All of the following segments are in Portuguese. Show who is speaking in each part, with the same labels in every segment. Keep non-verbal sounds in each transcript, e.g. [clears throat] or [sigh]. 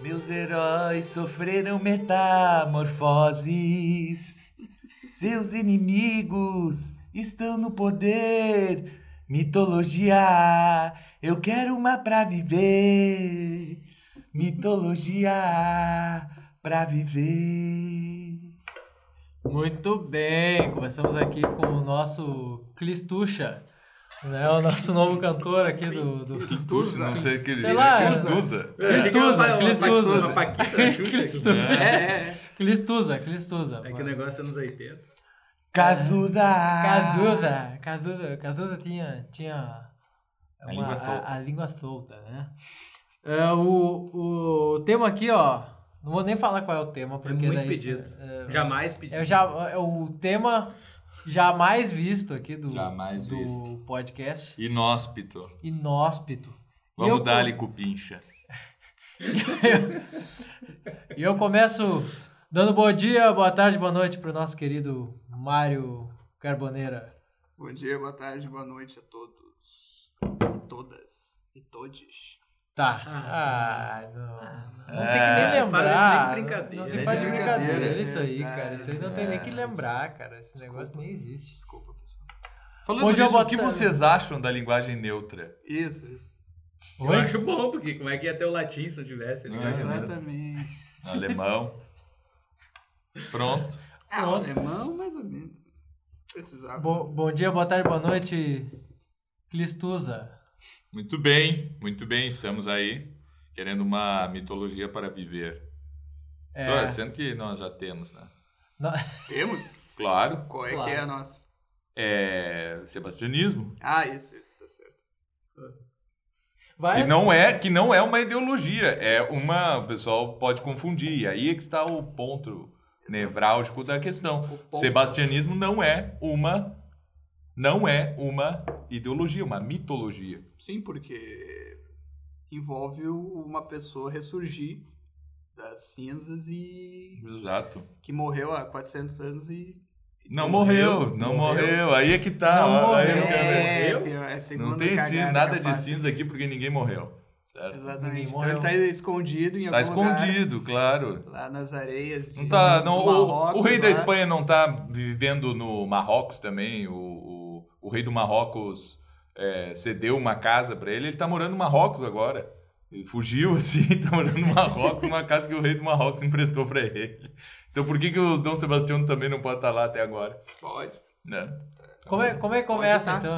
Speaker 1: Meus heróis sofreram metamorfoses. Seus inimigos estão no poder. Mitologia, eu quero uma pra viver. Mitologia pra viver.
Speaker 2: Muito bem, começamos aqui com o nosso Clistucha, né? O nosso novo cantor aqui do... do...
Speaker 3: Clistuza.
Speaker 4: Não sei o que ele
Speaker 2: Sei lá, É,
Speaker 4: Cristuza.
Speaker 2: Clistuza,
Speaker 3: Uma
Speaker 2: Clistuza.
Speaker 3: paquita, Xuxa.
Speaker 2: Clistuza.
Speaker 3: É, é, é.
Speaker 2: Clistuza, Clistuza.
Speaker 3: É que é- o negócio é anos 80.
Speaker 1: Cazuza!
Speaker 2: Cazuza, Cazuza, Cazuza tinha, tinha uma-
Speaker 4: língua solta.
Speaker 2: a, a língua solta, né? É, o, o tema aqui, ó, não vou nem falar qual é o tema, porque
Speaker 3: muito
Speaker 2: daí...
Speaker 3: pedido.
Speaker 2: é,
Speaker 3: Jamais pedi.
Speaker 2: É, o ja- é o tema jamais visto aqui do,
Speaker 4: Jamais
Speaker 2: do
Speaker 4: visto.
Speaker 2: podcast.
Speaker 4: Inóspito.
Speaker 2: Inóspito. E
Speaker 4: Vamos
Speaker 2: eu-
Speaker 4: dar-lhe cupincha.
Speaker 2: E eu começo dando bom dia, boa tarde, boa noite pro nosso querido Mário Carboneira.
Speaker 5: Bom dia, boa tarde, boa noite a todos. Todas e todes.
Speaker 2: Tá.
Speaker 3: Ah.
Speaker 2: Ah, não. Não
Speaker 4: Ah.
Speaker 2: tem que nem
Speaker 3: Não se faz
Speaker 2: lembrar.
Speaker 3: isso nem de brincadeira.
Speaker 2: Não
Speaker 3: Nem
Speaker 2: se
Speaker 3: de
Speaker 2: faz de
Speaker 5: brincadeira,
Speaker 2: brincadeira é isso aí,
Speaker 5: verdade.
Speaker 2: cara. Isso aí não tem nem que
Speaker 4: É.
Speaker 2: lembrar, cara. Esse negócio
Speaker 5: Desculpa.
Speaker 2: nem existe.
Speaker 5: Desculpa, pessoal.
Speaker 4: Falando
Speaker 2: Onde eu
Speaker 4: disso, o
Speaker 2: botar-
Speaker 4: que vocês acham da linguagem neutra?
Speaker 5: Isso, isso.
Speaker 3: Eu acho bom, porque como é que ia ter o latim se não tivesse?
Speaker 4: Ah,
Speaker 3: né?
Speaker 5: Exatamente.
Speaker 4: Alemão. Pronto.
Speaker 5: Ah, o alemão, mais ou menos. Precisava.
Speaker 2: Bo- bom dia, boa tarde, boa noite, Clistuza.
Speaker 4: Muito bem, muito bem, estamos aí querendo uma mitologia para viver.
Speaker 2: É,
Speaker 4: Tô Sendo que nós já temos, né?
Speaker 2: no-
Speaker 5: Temos?
Speaker 4: Claro,
Speaker 5: Qual é
Speaker 2: Claro.
Speaker 5: que é a nossa?
Speaker 4: é sebastianismo,
Speaker 5: Ah, isso, isso, tá certo.
Speaker 2: Vai, Ah,
Speaker 4: que não é, que não é uma ideologia, é uma, o pessoal pode confundir, e aí é que está o ponto nevrálgico da questão.
Speaker 5: ponto.
Speaker 4: Sebastianismo não é uma não é uma ideologia, uma mitologia.
Speaker 5: Sim, porque envolve o- uma pessoa ressurgir das cinzas e
Speaker 4: Exato.
Speaker 5: que morreu há 400 anos e
Speaker 4: Não morreu, não morreu.
Speaker 3: morreu.
Speaker 4: Aí é que tá.
Speaker 2: Não
Speaker 4: ó, aí
Speaker 2: morreu.
Speaker 4: eu quero-
Speaker 5: é,
Speaker 3: morreu?
Speaker 5: pior, é segunda
Speaker 4: Não tem
Speaker 5: cagada
Speaker 4: cinza,
Speaker 5: que
Speaker 4: nada
Speaker 5: eu
Speaker 4: de
Speaker 5: faço.
Speaker 4: cinza aqui porque ninguém morreu. Certo?
Speaker 2: Ninguém
Speaker 5: Exatamente. Então
Speaker 2: morreu.
Speaker 5: ele tá escondido em
Speaker 4: Tá
Speaker 5: algum lugar.
Speaker 4: escondido, claro.
Speaker 5: Lá nas areias de
Speaker 4: Não tá, não,
Speaker 5: um do
Speaker 4: o,
Speaker 5: Marrocos,
Speaker 4: o rei da
Speaker 5: lá.
Speaker 4: Espanha não tá vivendo no Marrocos também. O, o, o rei do Marrocos é, cedeu uma casa pra ele. Ele tá morando no Marrocos agora. Ele fugiu [laughs] assim, tá morando no Marrocos, uma casa que o rei do Marrocos [laughs] emprestou pra ele. Então por que, que o Dom Sebastião também não pode estar lá até agora?
Speaker 5: Pode.
Speaker 4: Né?
Speaker 2: como, é, como é que começa,
Speaker 5: Pode
Speaker 2: então?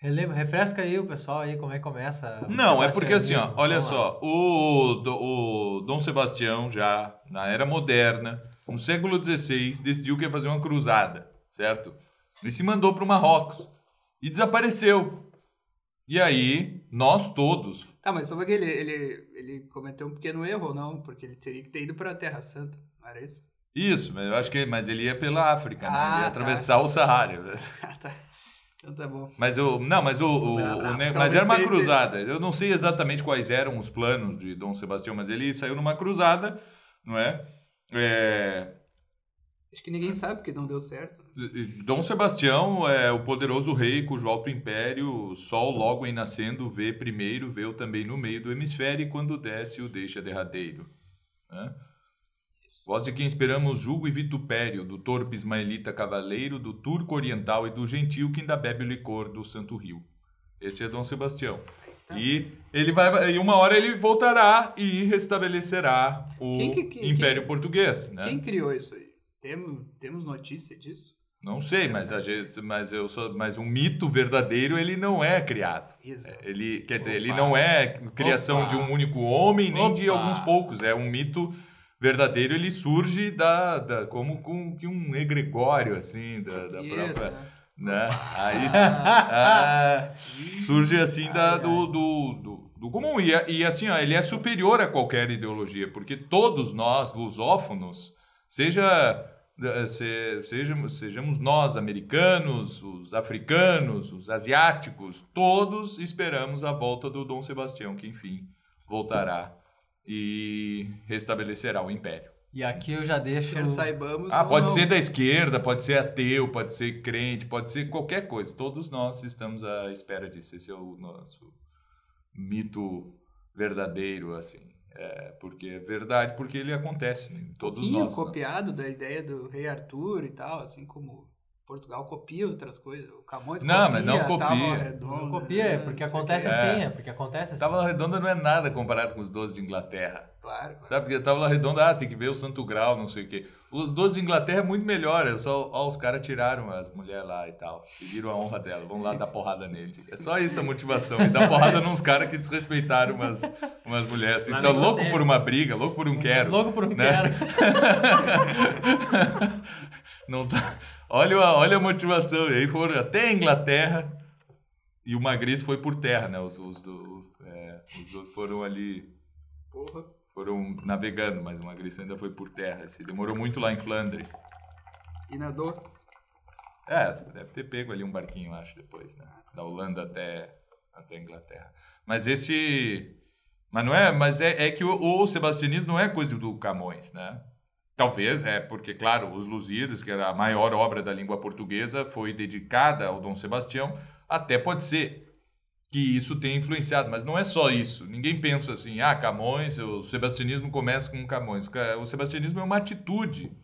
Speaker 2: Relembra, refresca aí o pessoal aí como é que começa. o
Speaker 4: Não, é porque assim, ó,
Speaker 2: sebastianismo.
Speaker 4: olha
Speaker 2: Vamos lá.
Speaker 4: só, o, do- o Dom Sebastião, já na era moderna, no século XVI, decidiu que ia fazer uma cruzada, certo? Ele se mandou para o Marrocos e desapareceu. E aí, nós todos.
Speaker 5: Tá, mas só que ele, ele, ele cometeu um pequeno erro, não? Porque ele teria que ter ido pra Terra Santa, não era isso?
Speaker 4: Isso, mas eu acho que. Mas ele ia pela África, né? Ele
Speaker 5: Ah,
Speaker 4: ia
Speaker 5: tá.
Speaker 4: atravessar o Saara.
Speaker 5: Ah, tá. Então tá bom.
Speaker 4: Mas eu. Não, mas o. o-
Speaker 3: Era
Speaker 4: o-
Speaker 3: brabo.
Speaker 4: né, mas
Speaker 5: Talvez
Speaker 4: era uma
Speaker 5: ele-
Speaker 4: cruzada. Eu não sei exatamente quais eram os planos de Dom Sebastião, mas ele saiu numa cruzada, não é? É,
Speaker 5: Acho que ninguém sabe porque não deu certo.
Speaker 4: Dom Sebastião é o poderoso rei cujo alto império o sol logo em nascendo vê primeiro, vê-o também no meio do hemisfério e quando desce o deixa derradeiro. Né? Voz de quem esperamos julgo e vitupério, do torpe ismaelita cavaleiro, do turco oriental e do gentil que ainda bebe o licor do santo rio. Esse é Dom Sebastião. E ele vai, e uma hora ele voltará e restabelecerá o
Speaker 5: Quem que- que-
Speaker 4: Império
Speaker 5: quem-
Speaker 4: Português. Né?
Speaker 5: Quem criou isso aí? Temos, temos notícia disso?
Speaker 4: Não sei, mas a gente, mas eu sou, mas um mito verdadeiro ele não é criado.
Speaker 5: Isso.
Speaker 4: Ele, quer dizer, ele
Speaker 2: Opa.
Speaker 4: não é criação
Speaker 2: Opa.
Speaker 4: de um único homem nem de
Speaker 2: Opa.
Speaker 4: alguns poucos. É um mito verdadeiro. Ele surge da, da como com que um egregório assim da, da
Speaker 5: Isso,
Speaker 4: própria,
Speaker 5: né?
Speaker 4: né? Aí ah, surge assim da do, do, do, do comum e, a- e assim ó, ele é superior a qualquer ideologia porque todos nós lusófonos seja eh, se, sejamos, sejamos nós americanos os africanos os asiáticos todos esperamos a volta do Dom Sebastião que enfim voltará e restabelecerá o império
Speaker 2: E aqui eu já deixo.
Speaker 5: Quer saibamos.
Speaker 4: ah
Speaker 5: ou
Speaker 4: pode
Speaker 5: não.
Speaker 4: ser da esquerda pode ser ateu pode ser crente pode ser qualquer coisa todos nós estamos à espera disso esse é o nosso mito verdadeiro assim É, porque é verdade, porque ele acontece em todos
Speaker 5: pouquinho
Speaker 4: nós. né?
Speaker 5: copiado da ideia do rei Arthur e tal, assim como Portugal copia outras coisas, o Camões
Speaker 4: Não,
Speaker 5: copia,
Speaker 4: mas não copia.
Speaker 5: Tábua Redonda, né?
Speaker 2: Não copia, é porque
Speaker 5: não sei o
Speaker 2: acontece
Speaker 5: quê.
Speaker 2: assim, é porque acontece assim.
Speaker 4: Tábua Redonda não é nada comparado com os 12 de Inglaterra.
Speaker 5: Claro, claro.
Speaker 4: Sabe, porque Tábua Redonda, ah, tem que ver o Santo Grau, não sei o quê. Os 12 de Inglaterra é muito melhor, é só, ó, os caras tiraram as mulheres lá e tal, pediram a honra dela, vamos lá dar porrada neles. É só isso a motivação, e dar porrada nos caras que desrespeitaram umas, umas mulheres.
Speaker 3: Lá na
Speaker 4: Então, louco
Speaker 3: Inglaterra.
Speaker 4: por uma briga, louco por um quero.
Speaker 2: Logo por um
Speaker 4: né?
Speaker 2: cara.
Speaker 4: [laughs] Não tá... olha, a, olha a motivação. E aí foram até a Inglaterra e o Magris foi por terra, né? Os, os, do, é, os outros foram ali,
Speaker 5: Porra.
Speaker 4: foram navegando, mas o Magris ainda foi por terra. Se demorou muito lá em Flandres.
Speaker 5: E nadou.
Speaker 4: É, deve ter pego ali um barquinho, acho, depois, né? Da Holanda até, até a Inglaterra. Mas esse. Mas não é. Mas é, é que o, o Sebastianismo não é coisa do Camões, né? Talvez, é, porque, claro, os Lusíadas, que era a maior obra da língua portuguesa, foi dedicada ao Dom Sebastião. Até pode ser que isso tenha influenciado, mas não é só isso. Ninguém pensa assim, ah, Camões, o Sebastianismo começa com Camões. Ca- O Sebastianismo é uma atitude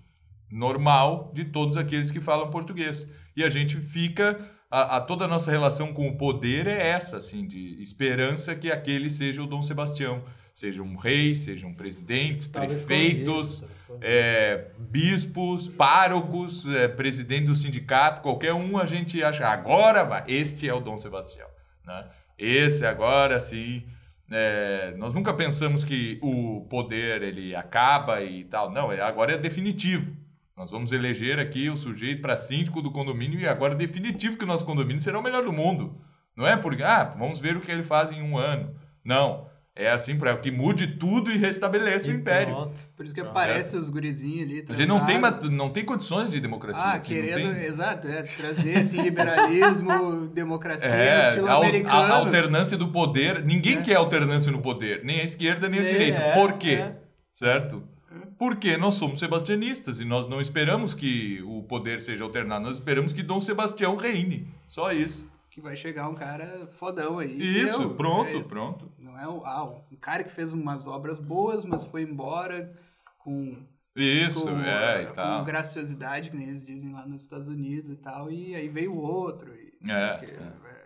Speaker 4: normal de todos aqueles que falam português. E a gente fica. A, a toda a nossa relação com o poder é essa, assim, de esperança que aquele seja o Dom Sebastião. Seja um rei, sejam presidentes, prefeitos, é, bispos, párocos, é, presidente do sindicato, qualquer um, a gente acha, agora vai, este é o Dom Sebastião. Né? Esse agora sim. é, nós nunca pensamos que o poder ele acaba e tal. Não, é- agora é definitivo. Nós vamos eleger aqui o sujeito para síndico do condomínio e agora é definitivo que o nosso condomínio será o melhor do mundo. Não é porque, ah, vamos ver o que ele faz em um ano. Não. É assim para que mude tudo e restabeleça é o
Speaker 2: E
Speaker 4: império.
Speaker 2: pronto.
Speaker 5: Por isso que
Speaker 2: Tá
Speaker 5: aparece os gurizinhos ali.
Speaker 4: A gente não tem,
Speaker 5: transados.
Speaker 4: ma- não tem condições de democracia.
Speaker 5: Ah,
Speaker 4: assim, não
Speaker 5: querendo,
Speaker 4: tem-
Speaker 5: exato, é, trazer
Speaker 4: [laughs]
Speaker 5: assim, liberalismo, democracia,
Speaker 4: É,
Speaker 5: estilo
Speaker 4: a, al-
Speaker 5: americano. É.
Speaker 4: a alternância do poder. Ninguém quer alternância no poder, nem a esquerda nem a
Speaker 2: Nem-
Speaker 4: direita.
Speaker 2: é,
Speaker 4: Por quê?
Speaker 2: é.
Speaker 4: Certo?
Speaker 5: Hum.
Speaker 4: Porque nós somos sebastianistas e nós não esperamos que o poder seja alternado, nós esperamos que Dom Sebastião reine. Só isso.
Speaker 5: Que vai chegar um cara fodão aí.
Speaker 4: E isso,
Speaker 5: entendeu?
Speaker 4: pronto,
Speaker 5: É isso.
Speaker 4: pronto.
Speaker 5: Não é o ah, um cara que fez umas obras boas, mas foi embora com,
Speaker 4: Isso,
Speaker 5: com, ah,
Speaker 4: é, e
Speaker 5: com
Speaker 4: tal.
Speaker 5: graciosidade, que nem eles dizem lá nos Estados Unidos e tal, e aí veio outro. E, não
Speaker 4: É,
Speaker 5: sei o quê.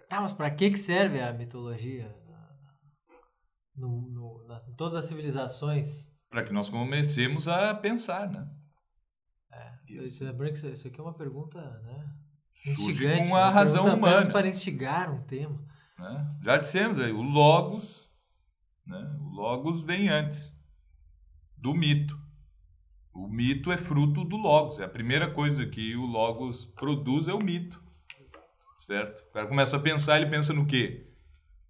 Speaker 2: Tá, mas pra que que serve a mitologia? No, no- nas, em todas as civilizações.
Speaker 4: Para que nós comecemos a pensar, né?
Speaker 2: Isso. Lembrando que isso- isso aqui é uma pergunta, né?
Speaker 4: Surge
Speaker 2: instigante,
Speaker 4: com
Speaker 2: uma
Speaker 4: a razão
Speaker 2: pergunta apenas
Speaker 4: humana.
Speaker 2: para instigar um tema.
Speaker 4: né? Já dissemos aí, o Logos, né? o Logos vem antes do mito. O mito é fruto do Logos, é a primeira coisa que o Logos produz é o mito, certo? O cara começa a pensar, ele pensa no quê?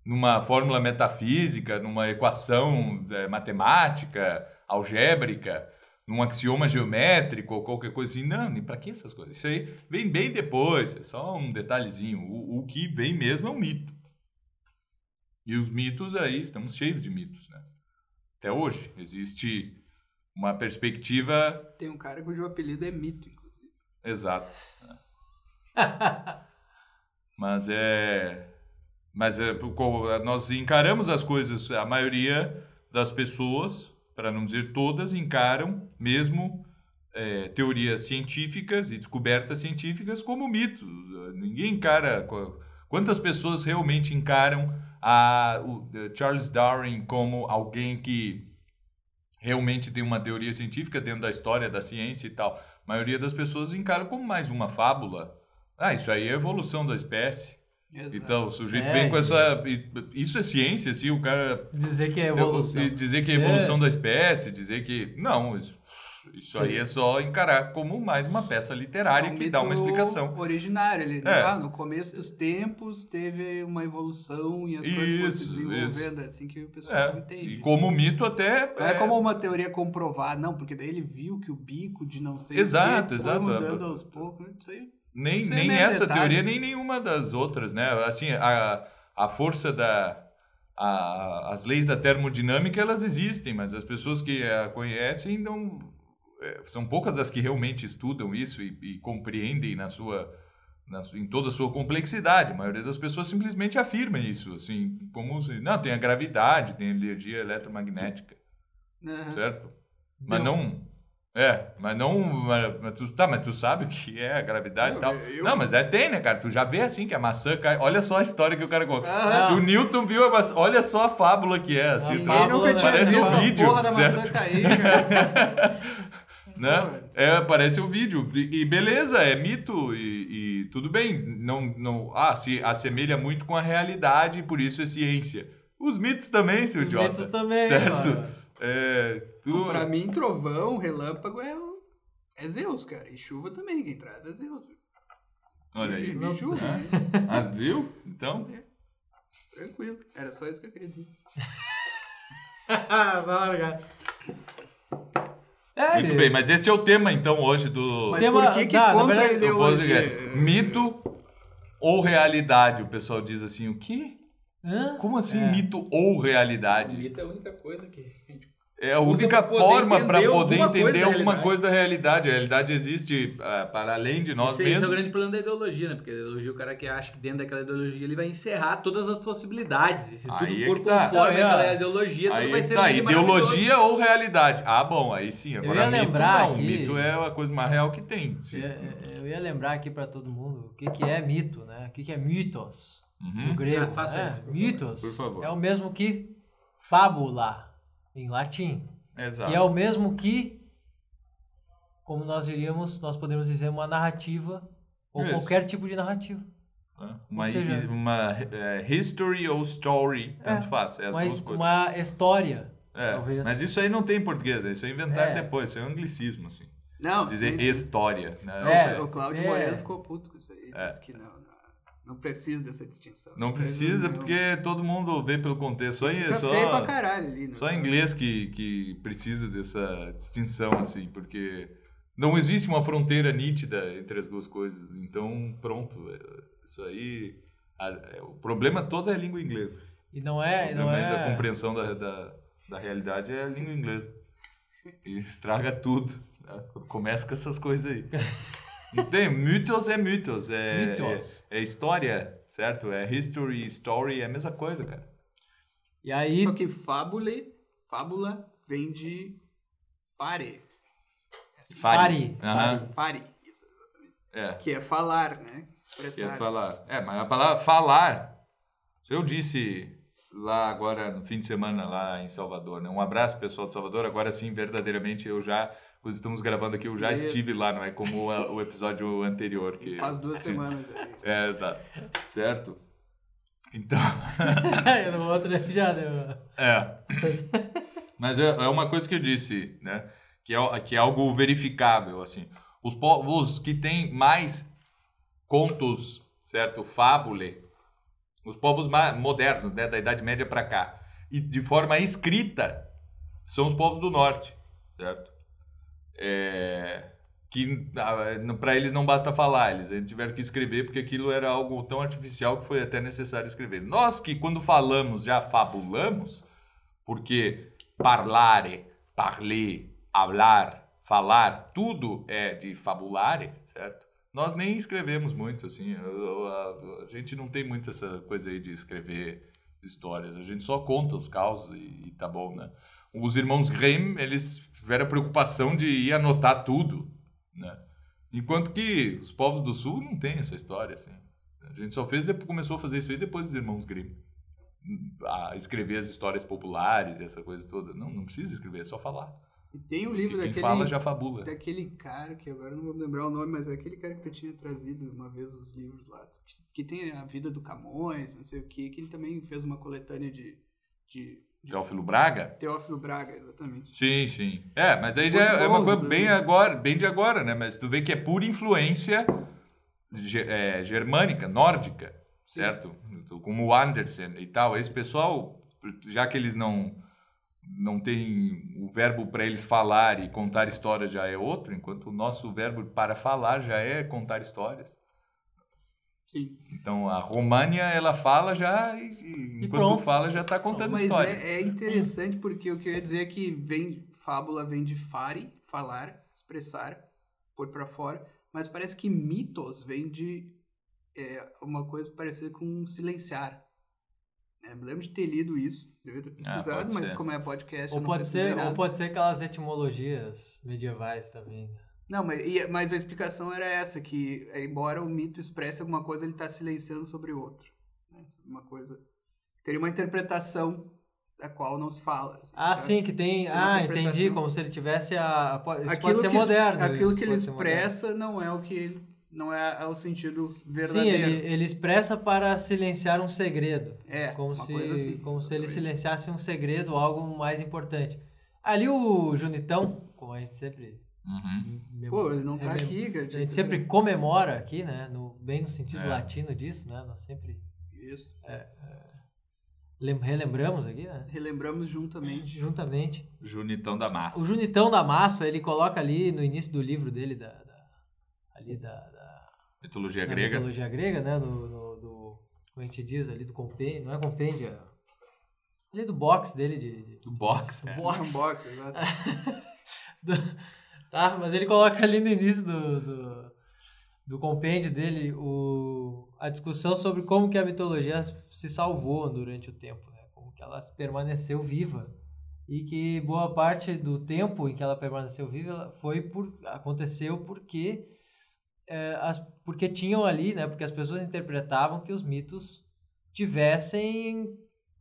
Speaker 4: Numa fórmula metafísica, numa equação eh, matemática, algébrica, num axioma geométrico ou qualquer coisa assim. Não, nem para que essas coisas? Isso aí vem bem depois, é só um detalhezinho. O- o que vem mesmo é o mito. E os mitos aí, estamos cheios de mitos, né? Até hoje existe uma perspectiva
Speaker 5: Tem um cara cujo apelido é Mito, inclusive.
Speaker 4: exata. né? Mas é mas é, co- nós encaramos as coisas, a maioria das pessoas, para não dizer todas, encaram mesmo é, teorias científicas e descobertas científicas como mito. Ninguém encara. co- Quantas pessoas realmente encaram a, o eh, Charles Darwin como alguém que realmente tem uma teoria científica dentro da história da ciência e tal? A maioria das pessoas encara como mais uma fábula. Ah, isso aí é a evolução da espécie.
Speaker 5: Exato.
Speaker 4: Então, o sujeito
Speaker 2: É,
Speaker 4: vem com
Speaker 2: e-
Speaker 4: essa. e- Isso é ciência, assim, o cara.
Speaker 2: Dizer que é evolução.
Speaker 4: e Dizer que é evolução da espécie, dizer que. Não, isso, isso aí é só encarar como mais uma peça literária
Speaker 5: É um
Speaker 4: que dá uma
Speaker 5: mito
Speaker 4: explicação.
Speaker 5: Originário, ele
Speaker 4: É.
Speaker 5: ah, no começo dos tempos teve uma evolução e as coisas foram se
Speaker 4: Isso,
Speaker 5: desenvolvendo, assim que o pessoal
Speaker 4: É,
Speaker 5: entende.
Speaker 4: e como mito, até.
Speaker 5: Não é como uma teoria comprovar, não, porque daí ele viu que o bico de não sei
Speaker 4: Exato,
Speaker 5: o que foi
Speaker 4: exato.
Speaker 5: mudando aos poucos, não sei.
Speaker 4: Nem,
Speaker 5: Isso é
Speaker 4: nem
Speaker 5: meio
Speaker 4: essa
Speaker 5: detalhe.
Speaker 4: teoria, nem nenhuma das outras, né? Assim, a, a força da. a- as leis da termodinâmica, elas existem, mas as pessoas que a conhecem não. é, são poucas as que realmente estudam isso e, e compreendem na sua. na su- em toda a sua complexidade. A maioria das pessoas simplesmente afirma isso, assim, como se. Não, tem a gravidade, tem a energia eletromagnética.
Speaker 5: Aham.
Speaker 4: certo? Mas não. É, mas não. Mas, mas tu, tá, mas tu sabe o que é a gravidade e
Speaker 5: Não,
Speaker 4: tal.
Speaker 5: eu-
Speaker 4: Não, mas é, tem, né, cara? Tu já vê assim que a maçã cai. Olha só a história que o cara conta.
Speaker 5: Ah,
Speaker 4: Se o Newton viu a maçã. Olha só a fábula que é, assim.
Speaker 2: Ah,
Speaker 4: traz-
Speaker 5: Ninguém nunca
Speaker 2: né?
Speaker 5: tinha
Speaker 4: Parece
Speaker 5: visto
Speaker 4: um
Speaker 5: a
Speaker 4: vídeo,
Speaker 5: porra da
Speaker 4: certo?
Speaker 5: maçã cair,
Speaker 4: [laughs]
Speaker 5: cara.
Speaker 4: né? É, parece o vídeo. E, e beleza, é mito e, e tudo bem. Não, não, ah, se assemelha muito com a realidade, por isso é ciência. Os mitos também, seu
Speaker 2: Os
Speaker 4: idiota.
Speaker 2: mitos também,
Speaker 4: Certo?
Speaker 2: mano. [laughs]
Speaker 4: É, tu-
Speaker 5: pra mim, trovão, relâmpago é, o- é Zeus, cara. E chuva também, quem traz é Zeus.
Speaker 4: Olha aí.
Speaker 5: Me julga,
Speaker 4: Ah, viu? Então,
Speaker 5: tranquilo. Era só isso que eu queria dizer.
Speaker 2: Ah, bora, cara. É,
Speaker 4: muito bem. Mas esse é o tema, então, hoje do...
Speaker 5: Mas
Speaker 2: Tema-
Speaker 5: por que que
Speaker 2: dá, na
Speaker 5: contra
Speaker 2: verdade,
Speaker 5: a
Speaker 4: do
Speaker 5: ideologia?
Speaker 3: é,
Speaker 4: podcast. Mito ou realidade? O pessoal diz assim, o quê?
Speaker 2: Hã?
Speaker 4: Como assim
Speaker 2: É.
Speaker 4: mito ou realidade?
Speaker 3: Mito é a única coisa que a gente
Speaker 4: É a
Speaker 3: Usa
Speaker 4: única
Speaker 3: pra poder
Speaker 4: forma para
Speaker 3: entender
Speaker 4: poder
Speaker 3: alguma coisa
Speaker 4: entender
Speaker 3: da
Speaker 4: alguma
Speaker 3: realidade.
Speaker 4: coisa da realidade. A realidade existe ah, para além de nós
Speaker 3: Esse, esse é o
Speaker 4: mesmos.
Speaker 3: grande plano da ideologia, né? Porque a ideologia, o cara que acha que dentro daquela ideologia ele vai encerrar todas as possibilidades. E se
Speaker 4: Aí é
Speaker 3: tudo for
Speaker 4: que tá.
Speaker 3: conforme
Speaker 2: Aí, ó.
Speaker 3: aquela ideologia, tudo vai
Speaker 4: Aí
Speaker 3: ser
Speaker 4: tá,
Speaker 3: lindo e maravilhoso.
Speaker 4: ideologia ou realidade? Ah, bom, aí sim. Agora
Speaker 2: ia
Speaker 4: mito
Speaker 2: lembrar
Speaker 4: não.
Speaker 2: aqui-
Speaker 4: Mito é a coisa mais real que tem.
Speaker 2: Eu
Speaker 4: sim.
Speaker 3: É.
Speaker 2: ia- Eu ia lembrar aqui pra todo mundo o que, que é mito, né? O que, que é mitos
Speaker 4: Uhum.
Speaker 2: no grego.
Speaker 3: Ah, faça
Speaker 2: né?
Speaker 3: isso, por favor.
Speaker 2: mitos
Speaker 4: Por favor.
Speaker 2: é o mesmo que fábula em latim.
Speaker 4: Exato.
Speaker 2: Que é o mesmo que, como nós diríamos, nós podemos dizer uma narrativa ou
Speaker 4: Isso.
Speaker 2: qualquer tipo de narrativa.
Speaker 4: Né? Uma,
Speaker 2: Ou seja-
Speaker 4: uma, eh, history ou story, tanto faz. É as
Speaker 2: Uma,
Speaker 4: duas
Speaker 2: his-
Speaker 4: coisas.
Speaker 2: uma história,
Speaker 4: É,
Speaker 2: talvez.
Speaker 4: Mas
Speaker 5: assim.
Speaker 4: isso aí não tem em português, né? isso aí inventaram
Speaker 2: É.
Speaker 4: depois, isso é um anglicismo, assim.
Speaker 5: Não,
Speaker 4: Dizer
Speaker 5: sim, sim.
Speaker 4: história. né? É.
Speaker 5: Não,
Speaker 2: É,
Speaker 5: o Cláudio
Speaker 2: é.
Speaker 5: Moreno ficou puto com isso aí. Disse que não, não, não precisa dessa distinção.
Speaker 4: Não precisa,
Speaker 5: Não.
Speaker 4: porque todo mundo vê pelo contexto. Só,
Speaker 5: Fica
Speaker 4: só,
Speaker 5: feio pra caralho ali. né?
Speaker 4: Só inglês que, que precisa dessa distinção, assim, porque não existe uma fronteira nítida entre as duas coisas. Então, pronto, é- isso aí. a- é- o problema todo é a língua inglesa.
Speaker 2: E não
Speaker 4: o
Speaker 2: é. e Não
Speaker 4: problema aí da
Speaker 2: é...
Speaker 4: compreensão da, da, da realidade é a língua inglesa. E estraga tudo. né? Quando Começa com essas coisas
Speaker 2: [laughs]
Speaker 4: aí. Não tem, mitos é mitos. É,
Speaker 2: Mythos.
Speaker 4: É, é história, certo? É history, story, é a mesma coisa, cara.
Speaker 2: E aí,
Speaker 5: [laughs] Só que fábule, fábula vem de fare.
Speaker 2: Fari.
Speaker 4: Aham.
Speaker 5: Fare, isso,
Speaker 4: É.
Speaker 5: que é falar, né?
Speaker 4: Quer
Speaker 5: Expressar.
Speaker 4: falar. É, mas a palavra falar. Se eu disse lá agora no fim de semana lá em Salvador, né? Um abraço pessoal de Salvador. Agora sim, verdadeiramente eu já quando estamos gravando aqui, eu já
Speaker 5: Isso.
Speaker 4: estive lá, não é como a- o episódio anterior que
Speaker 5: Faz duas semanas aí.
Speaker 4: É, exato. Certo? Então,
Speaker 2: eu [laughs] não vou trejar, né? mano?
Speaker 4: é. [laughs] Mas é, é uma coisa que eu disse, né? Que é, que é algo verificável, assim. Os povos que têm mais contos, certo? Fábule. Os povos ma- modernos, né? Da Idade Média para cá. E de forma escrita, são os povos do Norte, certo? É, que para eles não basta falar, eles eh, tiveram que escrever porque aquilo era algo tão artificial que foi até necessário escrever. Nós que quando falamos já fabulamos, porque parlare, parler, hablar, falar, tudo é de fabulare, certo? Nós nem escrevemos muito, assim, a, a- a gente não tem muito essa coisa aí de escrever histórias, a gente só conta os causos e, e tá bom, né? Os irmãos Grimm, eles tiveram a preocupação de ir anotar tudo, né? Enquanto que os povos do sul não têm essa história, assim. A gente só fez, depois, começou a fazer isso aí depois dos irmãos Grimm a escrever as histórias populares e essa coisa toda. Não, não precisa escrever, é só falar.
Speaker 5: E tem um
Speaker 4: Porque
Speaker 5: livro
Speaker 4: quem
Speaker 5: daquele,
Speaker 4: fala já fabula.
Speaker 5: daquele cara, que agora eu não vou lembrar o nome, mas é aquele cara que tu tinha trazido uma vez os livros lá, que, que tem a vida do Camões, não sei o que, que ele também fez uma coletânea de, de, de
Speaker 4: Teófilo Braga?
Speaker 5: Teófilo Braga, exatamente.
Speaker 4: Sim, sim. É, mas daí já
Speaker 5: Muito
Speaker 4: é uma
Speaker 5: bom,
Speaker 4: coisa
Speaker 5: né?
Speaker 4: bem agora, bem de agora, né? Mas tu vê que é pura influência ge- é, germânica, nórdica, certo? Como o Andersen e tal. Esse pessoal, já que eles não não tem o verbo para eles falar e contar histórias já é outro, enquanto o nosso verbo para falar já é contar histórias.
Speaker 5: Sim.
Speaker 4: Então a România ela fala já e, e
Speaker 2: E
Speaker 4: enquanto
Speaker 2: pronto. Então,
Speaker 4: fala já está contando
Speaker 5: Mas
Speaker 4: história.
Speaker 5: é, é interessante porque o que eu ia dizer é que vem, fábula vem de fare, falar, expressar, pôr pra fora, mas parece que mitos vem de é, uma coisa parecida com silenciar. É, me lembro de ter lido isso, devia ter pesquisado,
Speaker 4: Ah, pode
Speaker 5: mas
Speaker 4: ser.
Speaker 5: como é podcast, eu
Speaker 2: Ou
Speaker 5: não
Speaker 2: pode,
Speaker 5: pesquisei
Speaker 2: ser,
Speaker 5: nada.
Speaker 2: ou pode ser aquelas etimologias medievais também.
Speaker 5: Não, mas, e- mas a explicação era essa, que é, embora o mito expresse alguma coisa, ele está silenciando sobre outra. né? Sobre Uma coisa... Teria uma interpretação da qual não se fala. assim,
Speaker 2: Ah,
Speaker 5: sabe?
Speaker 2: sim, que tem.
Speaker 5: Tem uma
Speaker 2: Ah, entendi.
Speaker 5: interpretação.
Speaker 2: Como se ele tivesse a. po- Isso
Speaker 5: Aquilo
Speaker 2: pode ser
Speaker 5: que es-
Speaker 2: moderno.
Speaker 5: Aquilo
Speaker 2: isso
Speaker 5: que ele
Speaker 2: pode ser moderno.
Speaker 5: expressa não é o que ele... Não é, é o sentido
Speaker 2: Sim,
Speaker 5: verdadeiro.
Speaker 2: ele, é ele expressa para silenciar um segredo.
Speaker 5: É,
Speaker 2: como
Speaker 5: uma
Speaker 2: se,
Speaker 5: coisa assim.
Speaker 2: Como se ele
Speaker 5: exatamente.
Speaker 2: silenciasse um segredo, algo mais importante. Ali o Junitão, como a gente sempre.
Speaker 4: Uhum.
Speaker 5: Pô, ele não
Speaker 2: é
Speaker 5: tá
Speaker 2: mesmo.
Speaker 5: aqui, cara.
Speaker 2: A gente sempre comemora aqui, né? No, bem no sentido
Speaker 4: É.
Speaker 2: latino disso, né? Nós sempre
Speaker 5: Isso.
Speaker 2: lem- relembramos aqui, né?
Speaker 5: Relembramos juntamente.
Speaker 2: Juntamente.
Speaker 4: Junitão da massa.
Speaker 2: O Junitão da Massa, ele coloca ali no início do livro dele, da, da- ali da, da,
Speaker 4: Mitologia
Speaker 2: da
Speaker 4: grega.
Speaker 2: mitologia grega, né? No, no- do, como a gente diz ali, do compêndio, não é compêndio, é- ali do box dele de... de-
Speaker 4: Do box. É.
Speaker 5: Box. Box, exato.
Speaker 2: do- tá, mas ele coloca ali no início do, do, do compêndio dele o, a discussão sobre como que a mitologia se salvou durante o tempo, né? Como que ela permaneceu viva. e que boa parte do tempo em que ela permaneceu viva ela foi por aconteceu porque eh, as, porque tinham ali né porque as pessoas interpretavam que os mitos tivessem